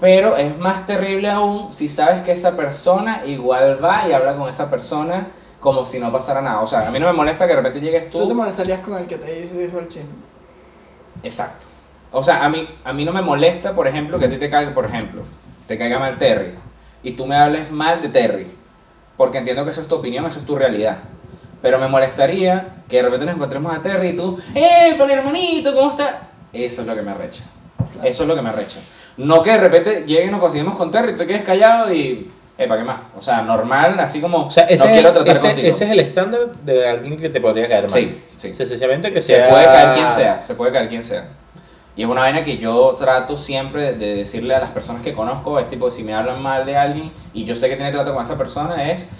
S2: pero es más terrible aún si sabes que esa persona igual va y habla con esa persona como si no pasara nada. O sea, a mí no me molesta que de repente llegues
S4: Tú te molestarías con el que te dijo el chisme.
S2: Exacto. O sea, a mí, a mí no me molesta, por ejemplo, que a ti te caiga, por ejemplo, te caiga mal Terry. Y tú me hables mal de Terry. Porque entiendo que eso es tu opinión, eso es tu realidad. Pero me molestaría que de repente nos encontremos a Terry y tú, ¡eh, pero hermanito, ¿cómo está? Eso es lo que me arrecha. Eso es lo que me arrecha. No que de repente llegue y nos conseguimos con Terry y te quedes callado y, eh, ¿para qué más? O sea, normal, así como,
S3: O sea, ese,
S2: no
S3: es-
S2: quiero tratar
S3: ese-
S2: contigo.
S3: ese es el estándar de alguien que te podría caer mal.
S2: Sí, sí.
S3: Sencillamente que
S2: se
S3: sea-
S2: puede caer quien sea, se puede caer quien sea. Y es una vaina que yo trato siempre de- de decirle a las personas que conozco, es tipo, si me hablan mal de alguien y yo sé que tiene trato con esa persona, es,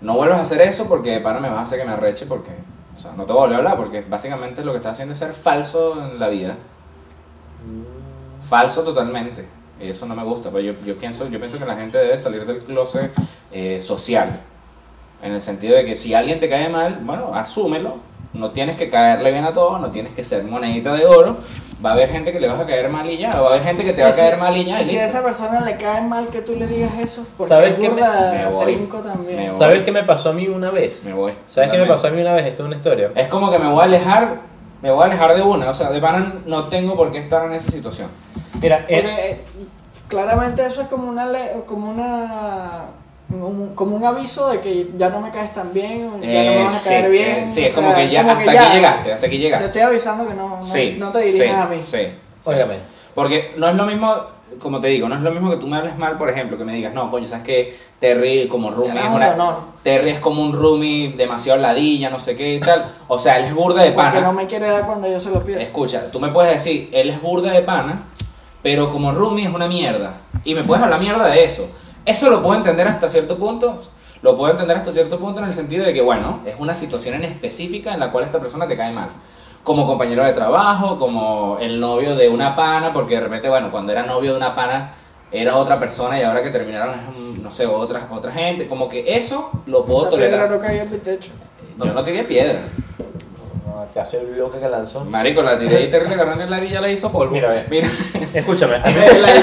S2: no vuelvas a hacer eso porque de pana me vas a hacer que me arreche porque, o sea, no te voy a volver a hablar porque básicamente lo que estás haciendo es ser falso en la vida. Falso totalmente. Y Eso no me gusta, pero yo, yo, pienso, yo pienso que la gente debe salir del closet eh, social. En el sentido de que si alguien te cae mal, bueno, asúmelo. No tienes que caerle bien a todos, no tienes que ser monedita de oro. Va a haber gente que le vas a caer mal y ya, va a haber gente que te va a
S4: Y si-
S2: caer mal y ya. y
S4: Pues Y si a
S2: listo.
S4: esa persona le cae mal que tú le digas eso, porque
S3: ¿Sabes
S4: es
S3: qué me-
S4: burda
S2: Me voy.
S4: trinco también.
S2: Me voy.
S3: ¿Sabes qué me pasó a mí una vez?
S2: Me voy.
S3: ¿Sabes qué me
S2: Totalmente. Eh,
S3: pasó a mí una vez? Esto es una historia.
S2: Es como que me voy a alejar, me voy a alejar de una. O sea, de pana no tengo por qué estar en esa situación.
S3: Mira,
S4: Porque,
S3: eh,
S4: eh, claramente eso es como una le- como una un- como un aviso de que ya no me caes tan bien, ya no me
S2: Eh,
S4: vas a
S2: sí,
S4: caer bien.
S2: eh, sí,
S4: o
S2: es como
S4: sea,
S2: que ya hasta
S4: ya,
S2: aquí llegaste, hasta aquí
S4: Te
S2: llegaste.
S4: estoy avisando que no, no,
S2: sí,
S4: no te dirijas
S2: sí,
S4: a mí.
S2: Sí.
S3: óigame.
S2: Porque no es lo mismo, como te digo, no es lo mismo que tú me hables mal, por ejemplo, que me digas, no, coño, sabes que Terry como roomie es
S4: Carajo
S2: una.
S4: de honor.
S2: Terry es como un roomie demasiado ladilla, no sé qué y tal. O sea, él es burda de
S4: Porque
S2: pana.
S4: no me quiere dar cuando yo se lo pido.
S2: Escucha, tú me puedes decir, él es burda de pana, pero como roomie es una mierda. Y me puedes hablar mierda de eso. Eso lo puedo entender hasta cierto punto. Lo puedo entender hasta cierto punto en el sentido de que, bueno, es una situación en específica en la cual esta persona te cae mal. Como compañero de trabajo, como el novio de una pana, porque de repente, bueno, cuando era novio de una pana era otra persona y ahora que terminaron es, un- no sé, otra, otra gente. Como que eso lo puedo
S4: Esa piedra no
S2: tolerar.
S4: caía en mi techo.
S2: Yo no tiré piedra.
S3: ¿Acaso el bloque que lanzó?
S2: Marico, la tiré <laughs> y Terry le agarró en el aire y ya la hizo polvo.
S3: Mira, ve.
S2: Mira.
S3: <laughs>
S2: <laughs>
S3: Escúchame. a mí-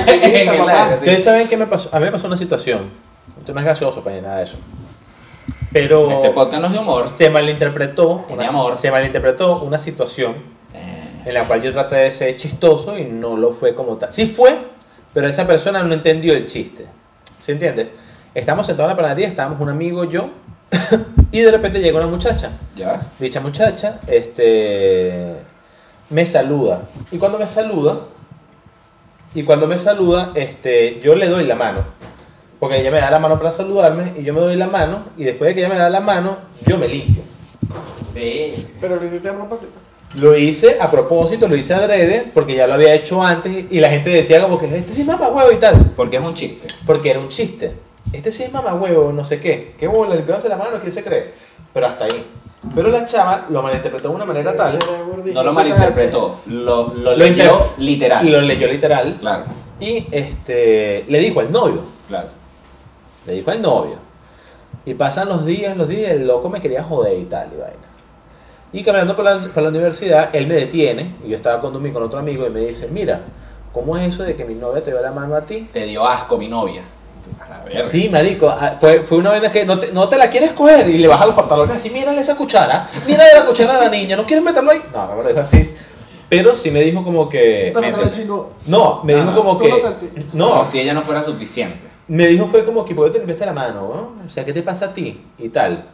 S2: En el aire, sí.
S3: Ustedes saben que me pasó. A mí me pasó una situación. Esto no es gaseoso para nada de eso. Pero.
S2: Este podcast no es de humor.
S3: Se malinterpretó.
S2: de amor.
S3: Se malinterpretó una situación
S2: Eh,
S3: en la cual yo traté de ser chistoso y no lo fue como tal. Sí fue, pero esa persona no entendió el chiste. ¿Se entiende? Estamos sentados en la panadería, estábamos un amigo, yo, <coughs> y de repente llega una muchacha.
S7: Ya.
S3: Dicha muchacha, este, me saluda. Y cuando me saluda, y cuando me saluda, este, yo le doy la mano. Porque ella me da la mano para saludarme, y yo me doy la mano, y después de que ella me da la mano, yo me limpio.
S4: Pero lo hiciste a propósito.
S3: Lo hice a propósito, lo hice adrede, porque ya lo había hecho antes, y la gente decía como que este sí es mamá huevo y tal.
S2: Porque es un chiste.
S3: Porque era un chiste. Este sí es mamá huevo, no sé qué. Qué bola, limpiándose la mano, ¿quién se cree? Pero hasta ahí. Pero la chava lo malinterpretó de una manera tal.
S2: No lo malinterpretó, lo, lo,
S3: Lo
S2: leyó
S3: inter-
S2: literal.
S3: Y lo leyó literal.
S2: Claro,
S3: Y este, le dijo al novio.
S2: claro.
S3: Le dijo al novio. Y pasan los días, los días, el loco me quería joder y tal y vaina. Y caminando por la, por la universidad, él me detiene. Y yo estaba con Domingo, con otro amigo, y me dice: Mira, ¿cómo es eso de que mi novia te dio la mano a ti?
S2: Te dio asco mi novia. A la verga.
S3: Sí, marico, ah, fue, fue una vaina que no te, no te la quieres coger y le bajas los pantalones así, mírale esa cuchara, mírale la cuchara a la niña, no quieres meterlo ahí. No, no me lo dijo así. Pero sí me dijo como que...
S4: Pero
S2: me-
S4: te lo chingó.
S3: No, me
S2: No,
S3: dijo
S2: no,
S3: como
S4: tú
S3: que...
S4: lo sentiste.
S3: No,
S2: Como si ella no fuera suficiente.
S3: me dijo fue como que, ¿por qué te limpiaste la mano? weón? O sea, ¿qué te pasa a ti? Y tal.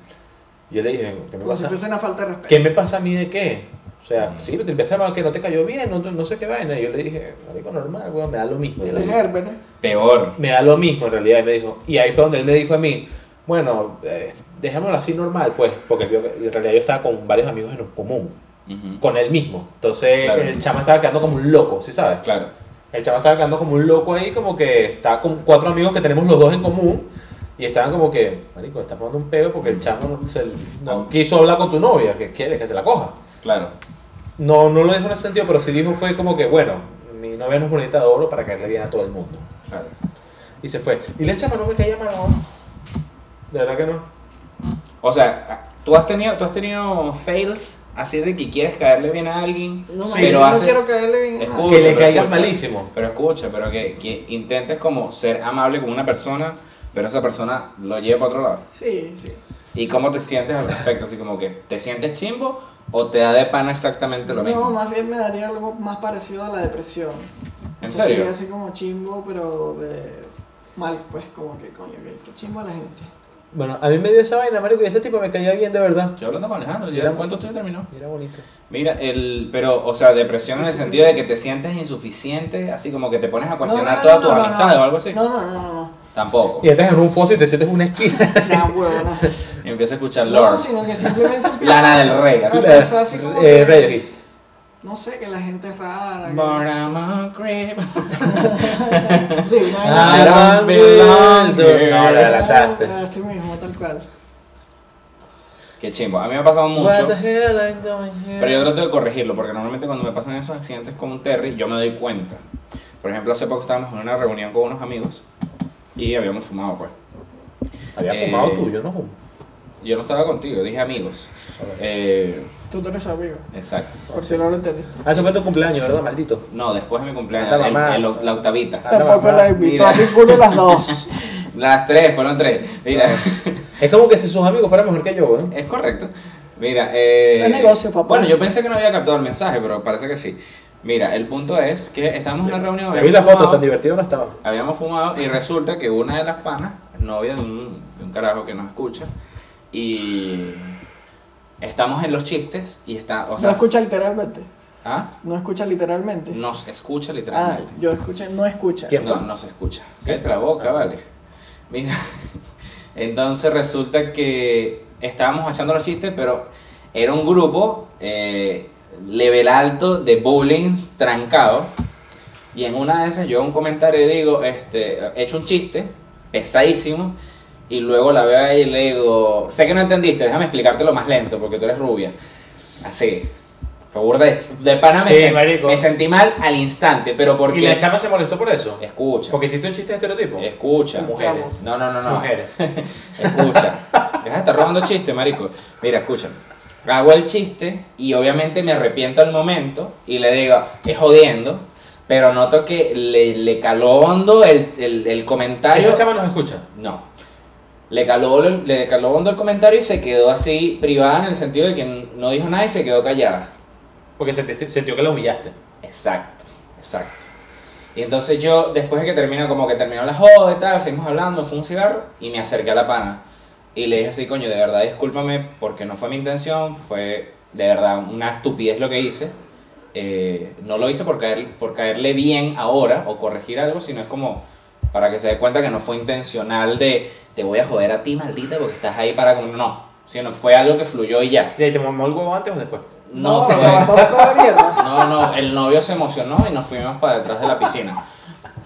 S3: Yo le dije, ¿qué me
S4: Como si
S3: pasa?
S4: fuese una falta de respeto.
S3: ¿Qué me pasa a mí de qué? O sea, sí, te limpiaste la mano, que no te cayó bien, no, no sé qué vaina. Y yo le dije, marico, normal, weón, me da lo mismo. Yo le
S4: Tienes
S3: dije,
S4: herpes, ¿no?
S2: Peor.
S3: me da lo mismo en realidad. Y me dijo, y ahí fue donde él me dijo a mí, bueno, eh, dejémoslo así normal, pues, porque yo- en realidad yo estaba con varios amigos en común,
S2: Ujú.
S3: con él mismo. Entonces
S2: Claro.
S3: el chamo estaba quedando como un loco, ¿sí sabes?
S2: Claro.
S3: El chamo estaba quedando como un loco ahí, como que está con cuatro amigos que tenemos los dos en común. Y estaban como que, marico, está formando un peo porque el chamo no, se- no quiso hablar con tu novia, que quieres que se la coja.
S2: Claro.
S3: No, no lo dijo en ese sentido, pero sí dijo fue como que, bueno, mi novia no es bonita de oro para caerle bien a todo el mundo.
S2: Claro.
S3: Y se fue. Y la chama no me caía mal ahora. De verdad que no.
S2: O sea, ah, tú has tenido, tú has tenido fails así de que quieres caerle bien a alguien,
S4: No,
S3: Sí.
S4: yo
S2: pero
S4: no
S2: haces
S4: quiero caerle bien. a
S2: Escucha,
S4: nadie.
S3: que le
S2: pero
S3: caigas
S2: escucha.
S3: malísimo.
S2: Pero escucha, pero que, que intentes como ser amable con una persona, pero esa persona lo lleva para otro lado.
S4: Sí, sí.
S2: ¿Y cómo te sientes al respecto? Así como que, ¿te sientes chimbo o te da de pana exactamente lo
S4: No,
S2: mismo?
S4: más bien me daría algo más parecido a la depresión.
S2: ¿En
S4: Sentiría
S2: serio?
S4: así como chimbo, pero de mal, pues como que coño, que, que chimbo a la gente.
S3: Bueno, a mí me dio esa vaina, marico, y ese tipo me caía bien de verdad.
S2: Estoy hablando con Alejandro, ya
S3: Era-
S2: cuánto estoy terminó.
S3: Y Era bonito.
S2: Mira, el, pero, o sea, depresión en el sentido de que te sientes insuficiente, así como que te pones a cuestionar
S4: No, no,
S2: todas
S4: no,
S2: tus
S4: no, no,
S2: amistades
S4: no.
S2: o algo así.
S4: No, no, no, no, no.
S2: Tampoco.
S3: Y entras en un foso y te sientes en una esquina.
S2: <laughs>
S4: Ya, huevo, no.
S2: Y Empieza a escuchar
S4: No,
S2: Lord,
S4: sino que simplemente empiezo
S2: Lana del Rey,
S3: Ah, <laughs>
S4: a
S2: así.
S4: pensar así como
S3: Eh,
S4: que,
S3: Radiohead.
S4: No sé, que la gente es rara. que-
S2: But I'm a creep.
S4: Sí, una vez
S3: Ah,
S4: así.
S2: era-
S3: Aaron
S2: belong
S3: Wilder.
S2: here.
S3: No, lo adelantaste.
S4: Así mismo, tal cual.
S2: Qué chimbo. A mí me ha pasado mucho.
S3: What the hell I'm doing here?
S2: Pero yo trato de corregirlo, porque normalmente cuando me pasan esos accidentes con un Terry, yo me doy cuenta. Por ejemplo, hace poco estábamos en una reunión con unos amigos y habíamos fumado, pues.
S3: Había
S2: Eh,
S3: fumado tú, yo no fumo.
S2: Yo no estaba contigo, dije amigos. Eh,
S4: Tú no eres su amigo,
S2: exacto.
S4: por si no lo entendiste.
S3: Ah, ese fue tu cumpleaños, ¿verdad, maldito?
S2: No, después de mi cumpleaños,
S3: Anda,
S2: el-
S3: mamá.
S2: el oc- la octavita.
S3: Anda,
S4: Tampoco
S3: mamá,
S4: la invitó
S2: Ah, mira.
S4: a ninguno de
S2: <laughs>
S4: las dos.
S2: Las tres, fueron tres. Mira,
S3: Es como que si sus amigos fueran mejor que yo, ¿eh?
S2: <laughs> es correcto. Mira, eh,
S4: Es negocio, papá.
S2: Bueno, yo pensé que no había captado el mensaje, pero parece que sí. Mira, el punto es que estábamos en una reunión.
S3: Te vi la
S2: habíamos
S3: foto,
S2: fumado.
S3: tan divertido no estaba.
S2: Habíamos fumado y resulta que una de las panas, novia de un, de un carajo que nos escucha, y estamos en los chistes y está, o sea,
S4: no escucha literalmente.
S2: ¿ah?
S4: No escucha literalmente.
S2: nos escucha
S4: Ah,
S2: literalmente.
S4: yo escuché, no escucha.
S3: ¿Quién?
S2: No, no se escucha. Cállate la
S3: Ah.
S2: boca, vale. Mira, <laughs> entonces resulta que estábamos echando los chistes, pero era un grupo eh, level alto de bowling trancado. Y en una de esas yo hago un comentario y digo, este, he hecho un chiste pesadísimo. Y luego la veo ahí y le digo, sé que no entendiste, déjame explicártelo más lento porque tú eres rubia. Así. Fue burda de, ch- de pana me,
S3: Sí,
S2: sen-
S3: marico.
S2: me sentí mal al instante, pero porque...
S3: ¿Y la chama se molestó por eso?
S2: Escucha.
S3: Porque hiciste un chiste de estereotipo.
S2: Escucha.
S3: Mujeres.
S2: No, no, no, no.
S3: <laughs> Mujeres. <laughs>
S2: Escucha. Deja de estar robando chistes, marico. Mira, escucha. Hago el chiste y obviamente me arrepiento al momento y le digo, es jodiendo, pero noto que le, le caló hondo el, el, el comentario.
S3: Esa chama nos escucha.
S2: No. Le caló, le caló hondo el comentario y se quedó así privada en el sentido de que no dijo nada y se quedó callada.
S3: Porque sentiste- sintió que la humillaste.
S2: Exacto, exacto. Y entonces yo, después de que terminó, como que terminó la joda y tal, seguimos hablando, fue un cigarro y me acerqué a la pana. Y le dije así, coño, de verdad discúlpame porque no fue mi intención, fue de verdad una estupidez lo que hice. Eh, no lo hice por, caer, por caerle bien ahora o corregir algo, sino es como para que se dé cuenta que no fue intencional de te voy a joder a ti, maldita, porque estás ahí para como no, sino fue algo que fluyó y ya.
S3: ¿Y ahí te mamó el huevo antes o después?
S2: No,
S4: No,
S2: fue-
S4: tampoco,
S2: <laughs>
S4: mierda.
S2: no, no, el novio se emocionó y nos fuimos para detrás de la piscina.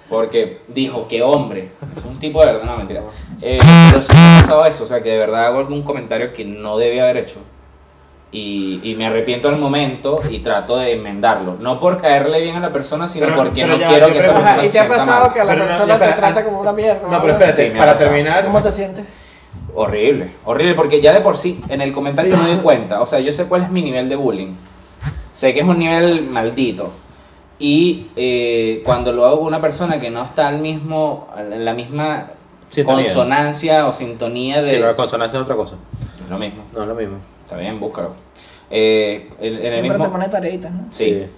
S2: Porque dijo, qué hombre. Es un tipo de verdad, no, mentira. Eh, pero sí me ha pasado eso, o sea, que de verdad hago algún comentario que no debí haber hecho. Y, y me arrepiento al momento y trato de enmendarlo. No por caerle bien a la persona, sino
S3: Pero-
S2: porque
S3: pero
S2: no
S3: ya,
S2: quiero
S3: yo
S2: que esa
S3: pregunto,
S2: persona
S4: Ajá,
S2: se
S4: y te ha
S2: sienta
S4: pasado
S2: mal.
S4: que a la
S3: Pero no,
S4: persona
S3: ya,
S4: te
S3: pero
S4: trata
S2: eh,
S3: an-
S4: como una mierda.
S3: No, pero
S4: ¿no?
S3: espérate,
S2: Sí, me ha
S3: para
S2: pasado.
S3: terminar.
S4: ¿Cómo te sientes?
S2: Horrible, horrible, porque ya de por sí, en el comentario yo me doy cuenta, o sea, yo sé cuál es mi nivel de bullying. Sé que es un nivel maldito. Y eh, cuando lo hago con una persona que no está al mismo, en la misma
S3: Sintonía.
S2: consonancia o sintonía de...
S3: Sí, pero la consonancia es otra cosa.
S2: Es lo mismo,
S3: No es lo mismo.
S2: está bien, búscalo. Eh, en, en el
S4: Siempre te
S2: mismo...
S4: pone tareitas, ¿no?
S2: Sí. Eh,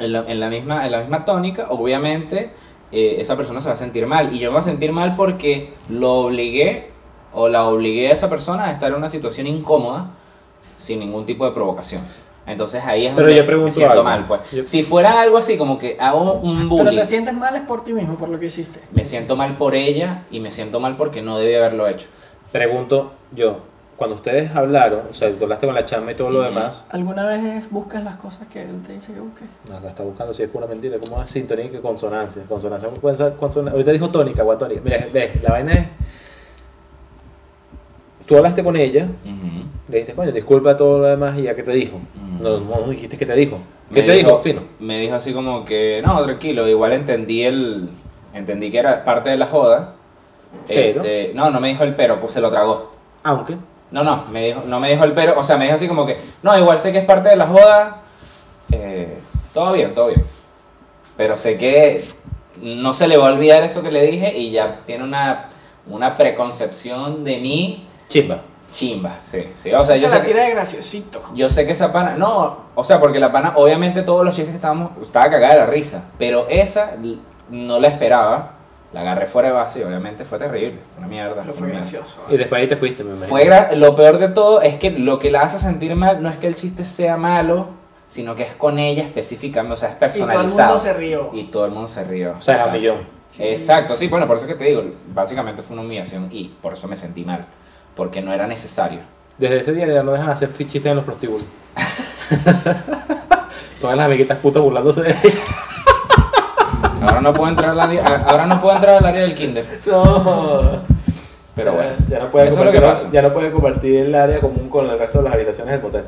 S2: En la, en la misma, en la misma tónica, obviamente, eh, esa persona se va a sentir mal. Y yo me voy a sentir mal porque lo obligué o la obligué a esa persona a estar en una situación incómoda sin ningún tipo de provocación. Entonces ahí es
S5: Pero
S2: donde
S5: yo pregunto
S2: me siento
S5: algo.
S2: mal. Pues.
S5: Yo-
S2: Si fuera algo así como que hago un
S4: Pero
S2: bullying,
S4: te sientes mal es por ti mismo, por lo que hiciste.
S2: me siento mal por ella y me siento mal porque no debí haberlo hecho.
S3: Pregunto yo, cuando ustedes hablaron, o sea, tú hablaste con la chama y todo lo
S2: Ujú.
S3: demás.
S4: ¿Alguna vez buscas las cosas que él te dice que busques?
S3: No, la está buscando si es pura mentira, como es sintonía que consonancia. Consonancia, consonancia, Ahorita dijo tónica, guatónica. Mira, ves, la vaina es. Tú hablaste con ella, le dijiste, coño, disculpa todo lo demás, y ya que te dijo.
S2: Ujú.
S3: No, no dijiste que te dijo. ¿Qué
S2: Mm. Me
S3: te dijo, Fino?
S2: Me dijo así como que, no, tranquilo, igual entendí el, entendí que era parte de la joda.
S3: Pero.
S2: Este, no, no me dijo el pero, pues se lo tragó.
S3: Aunque.
S2: No, no, me dijo, no me dijo el pero, o sea, me dijo así como que, no, igual sé que es parte de la joda, eh, todo bien, todo bien. Pero sé que no se le va a olvidar eso que le dije y ya tiene una, una preconcepción de mí
S3: Chimba.
S2: chimba, sí, sí, o sea, yo
S4: se
S2: sé
S4: la
S2: que-
S4: tira de graciosito.
S2: yo sé que esa pana, no, o sea, porque la pana, obviamente todos los chistes que estábamos, estaba cagada de la risa, pero esa l- no la esperaba, la agarré fuera de base y obviamente fue terrible, fue una mierda.
S4: Pero
S2: fue
S4: fue
S2: una mierda.
S4: gracioso.
S3: Y después ahí te fuiste, me imagino.
S2: Fue gra- lo peor de todo es que lo que la hace sentir mal no es que el chiste sea malo, sino que es con ella específicamente, o sea, es
S4: Y todo el mundo
S2: personalizado.
S4: se rió.
S2: Y todo el mundo se rió.
S3: O sea, era un
S2: Exacto.
S3: millón.
S4: Sí.
S2: Exacto, sí, bueno, por eso que te digo, básicamente fue una humillación y por eso me sentí mal, porque no era necesario.
S3: Desde ese día ya no dejan hacer chistes en
S2: <laughs>
S3: los prostíbulos. Todas las amiguitas putas burlándose de ella.
S2: Ahora no puedo entrar al área, ahora no puedo entrar al área del kinder.
S3: No.
S2: Pero bueno,
S3: Ya no puede
S2: eso es lo que
S3: compartir,
S2: pasa.
S3: ya no puede compartir el área común con el resto de las habitaciones del motel.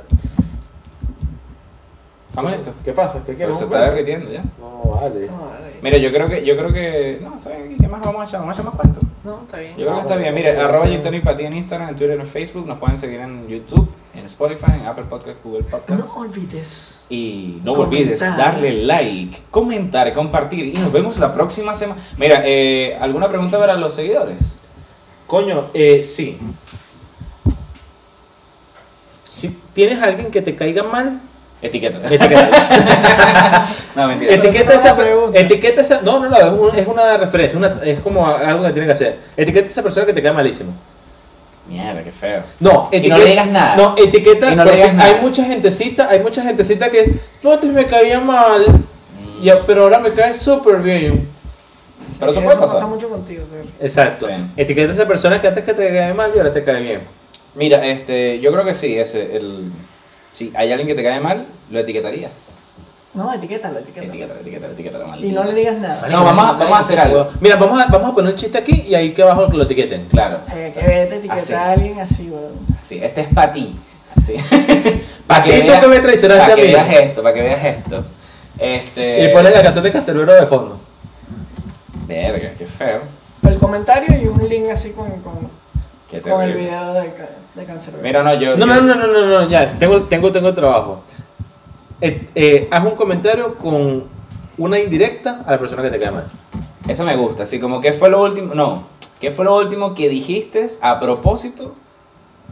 S2: ¿Estamos listos?
S3: ¿Qué pasa? ¿Qué
S2: Pero
S3: quieres?
S2: se
S3: ¿Un
S2: está
S3: beso?
S2: derritiendo ya.
S3: No, vale.
S4: No, vale.
S2: Mira, yo creo que, yo creo que. No, está bien aquí. ¿Qué más vamos a echar? Vamos a echar más cuentos.
S4: No, está
S2: Yo
S4: bien.
S2: creo que está bien.
S3: Ah,
S2: Mire, arroba Gintonic para ti en Instagram, en Twitter, en Facebook. Nos pueden seguir en YouTube, en Spotify, en Apple Podcast, Google Podcast.
S4: No olvides.
S2: Y no
S4: Comentar.
S2: olvides darle like, comentar, compartir. Y nos vemos la próxima semana. Mira, eh, ¿alguna pregunta para los seguidores?
S3: Coño, eh, sí. Si tienes a alguien que te
S2: <laughs>
S3: caiga mal,
S2: Etiqueta.
S3: <laughs> etiqueta,
S2: no, mentira.
S3: etiqueta
S4: es
S3: esa
S4: una
S3: pregunta.
S4: pregunta.
S3: Etiqueta esa. No, no, no, es, un- es una referencia, una- es como algo que tiene que hacer. Etiqueta a esa persona que te cae malísimo.
S2: Mierda, qué feo.
S3: No,
S2: Y no le digas nada.
S3: No, etiqueta,
S2: Y no le
S3: porque
S2: digas nada.
S3: hay mucha gentecita, hay mucha gentecita que es, no, antes me caía mal,
S2: Mm.
S3: y a- pero ahora me cae súper bien.
S2: Pero eso
S4: Sí,
S2: puede
S4: pasa
S2: pasar.
S4: mucho contigo, Terry.
S3: Exacto.
S2: Sí.
S3: Etiqueta a esa persona que antes que te caía mal y ahora te cae bien.
S2: Mira, este, yo creo que sí, ese, el, si hay alguien que te cae mal, lo etiquetarías.
S4: No, etiquétalo, etiquétalo.
S2: Etiquétalo, etiquétalo, etiquétalo.
S4: Y no le
S2: maldito.
S4: digas nada.
S2: No, vamos a, vamos a hacer algo.
S3: Mira, vamos a, vamos a poner un chiste aquí y ahí que abajo que lo etiqueten.
S2: Claro.
S4: Hay Eh, que vete a etiquetar
S2: Así.
S4: a alguien así, weón.
S2: Sí, este es para ti.
S4: <laughs>
S2: Así. <laughs>
S3: Pa' ti, tú que me traicionaste
S2: Para
S3: a
S2: que
S3: mí.
S2: veas esto, para que veas esto. Este.
S3: Y pones la canción de Cacerbero de fondo.
S2: Verga, qué feo.
S4: El comentario y un link así con, con,
S2: Qué
S4: con el
S2: terrible.
S4: video de, ca- de Cancerbero.
S2: Mira, no, yo.
S3: No, no,
S2: yo-
S3: no, no, no, no, ya, tengo, tengo, tengo trabajo. Et- eh, haz un comentario con una indirecta a la persona que te cae mal.
S2: Eso me gusta. Así como, ¿qué fue lo último? No. ¿Qué fue lo último que dijiste a propósito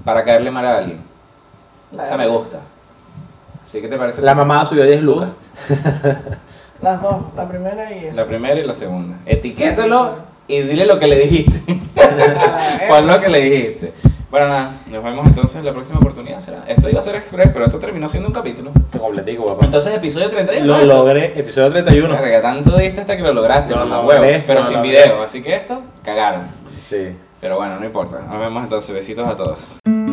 S2: para caerle mal a alguien? Eso me gusta. Así que te parece
S3: La mamá subió 10 lucas.
S4: Las dos, la primera y esa.
S2: la primera y la segunda. Etiquétalo y dile lo que le dijiste. <laughs>
S4: Ah, Eh,
S2: ¿Cuál lo que le dijiste? Bueno, nada, nos vemos entonces en la próxima oportunidad. ¿será? Esto iba a ser express, pero esto terminó siendo un capítulo.
S8: Completico, papá.
S2: Entonces, episodio 31.
S3: Lo
S2: esto-
S3: logré, episodio 31.
S2: Verga, tanto diste hasta que lo lograste,
S8: No,
S2: mamá
S8: no,
S2: huevo,
S3: logré,
S2: pero
S8: no,
S2: sin
S8: no,
S2: video. Así que esto, cagaron.
S3: Sí.
S2: Pero bueno, no importa. Nos vemos entonces. Besitos a todos.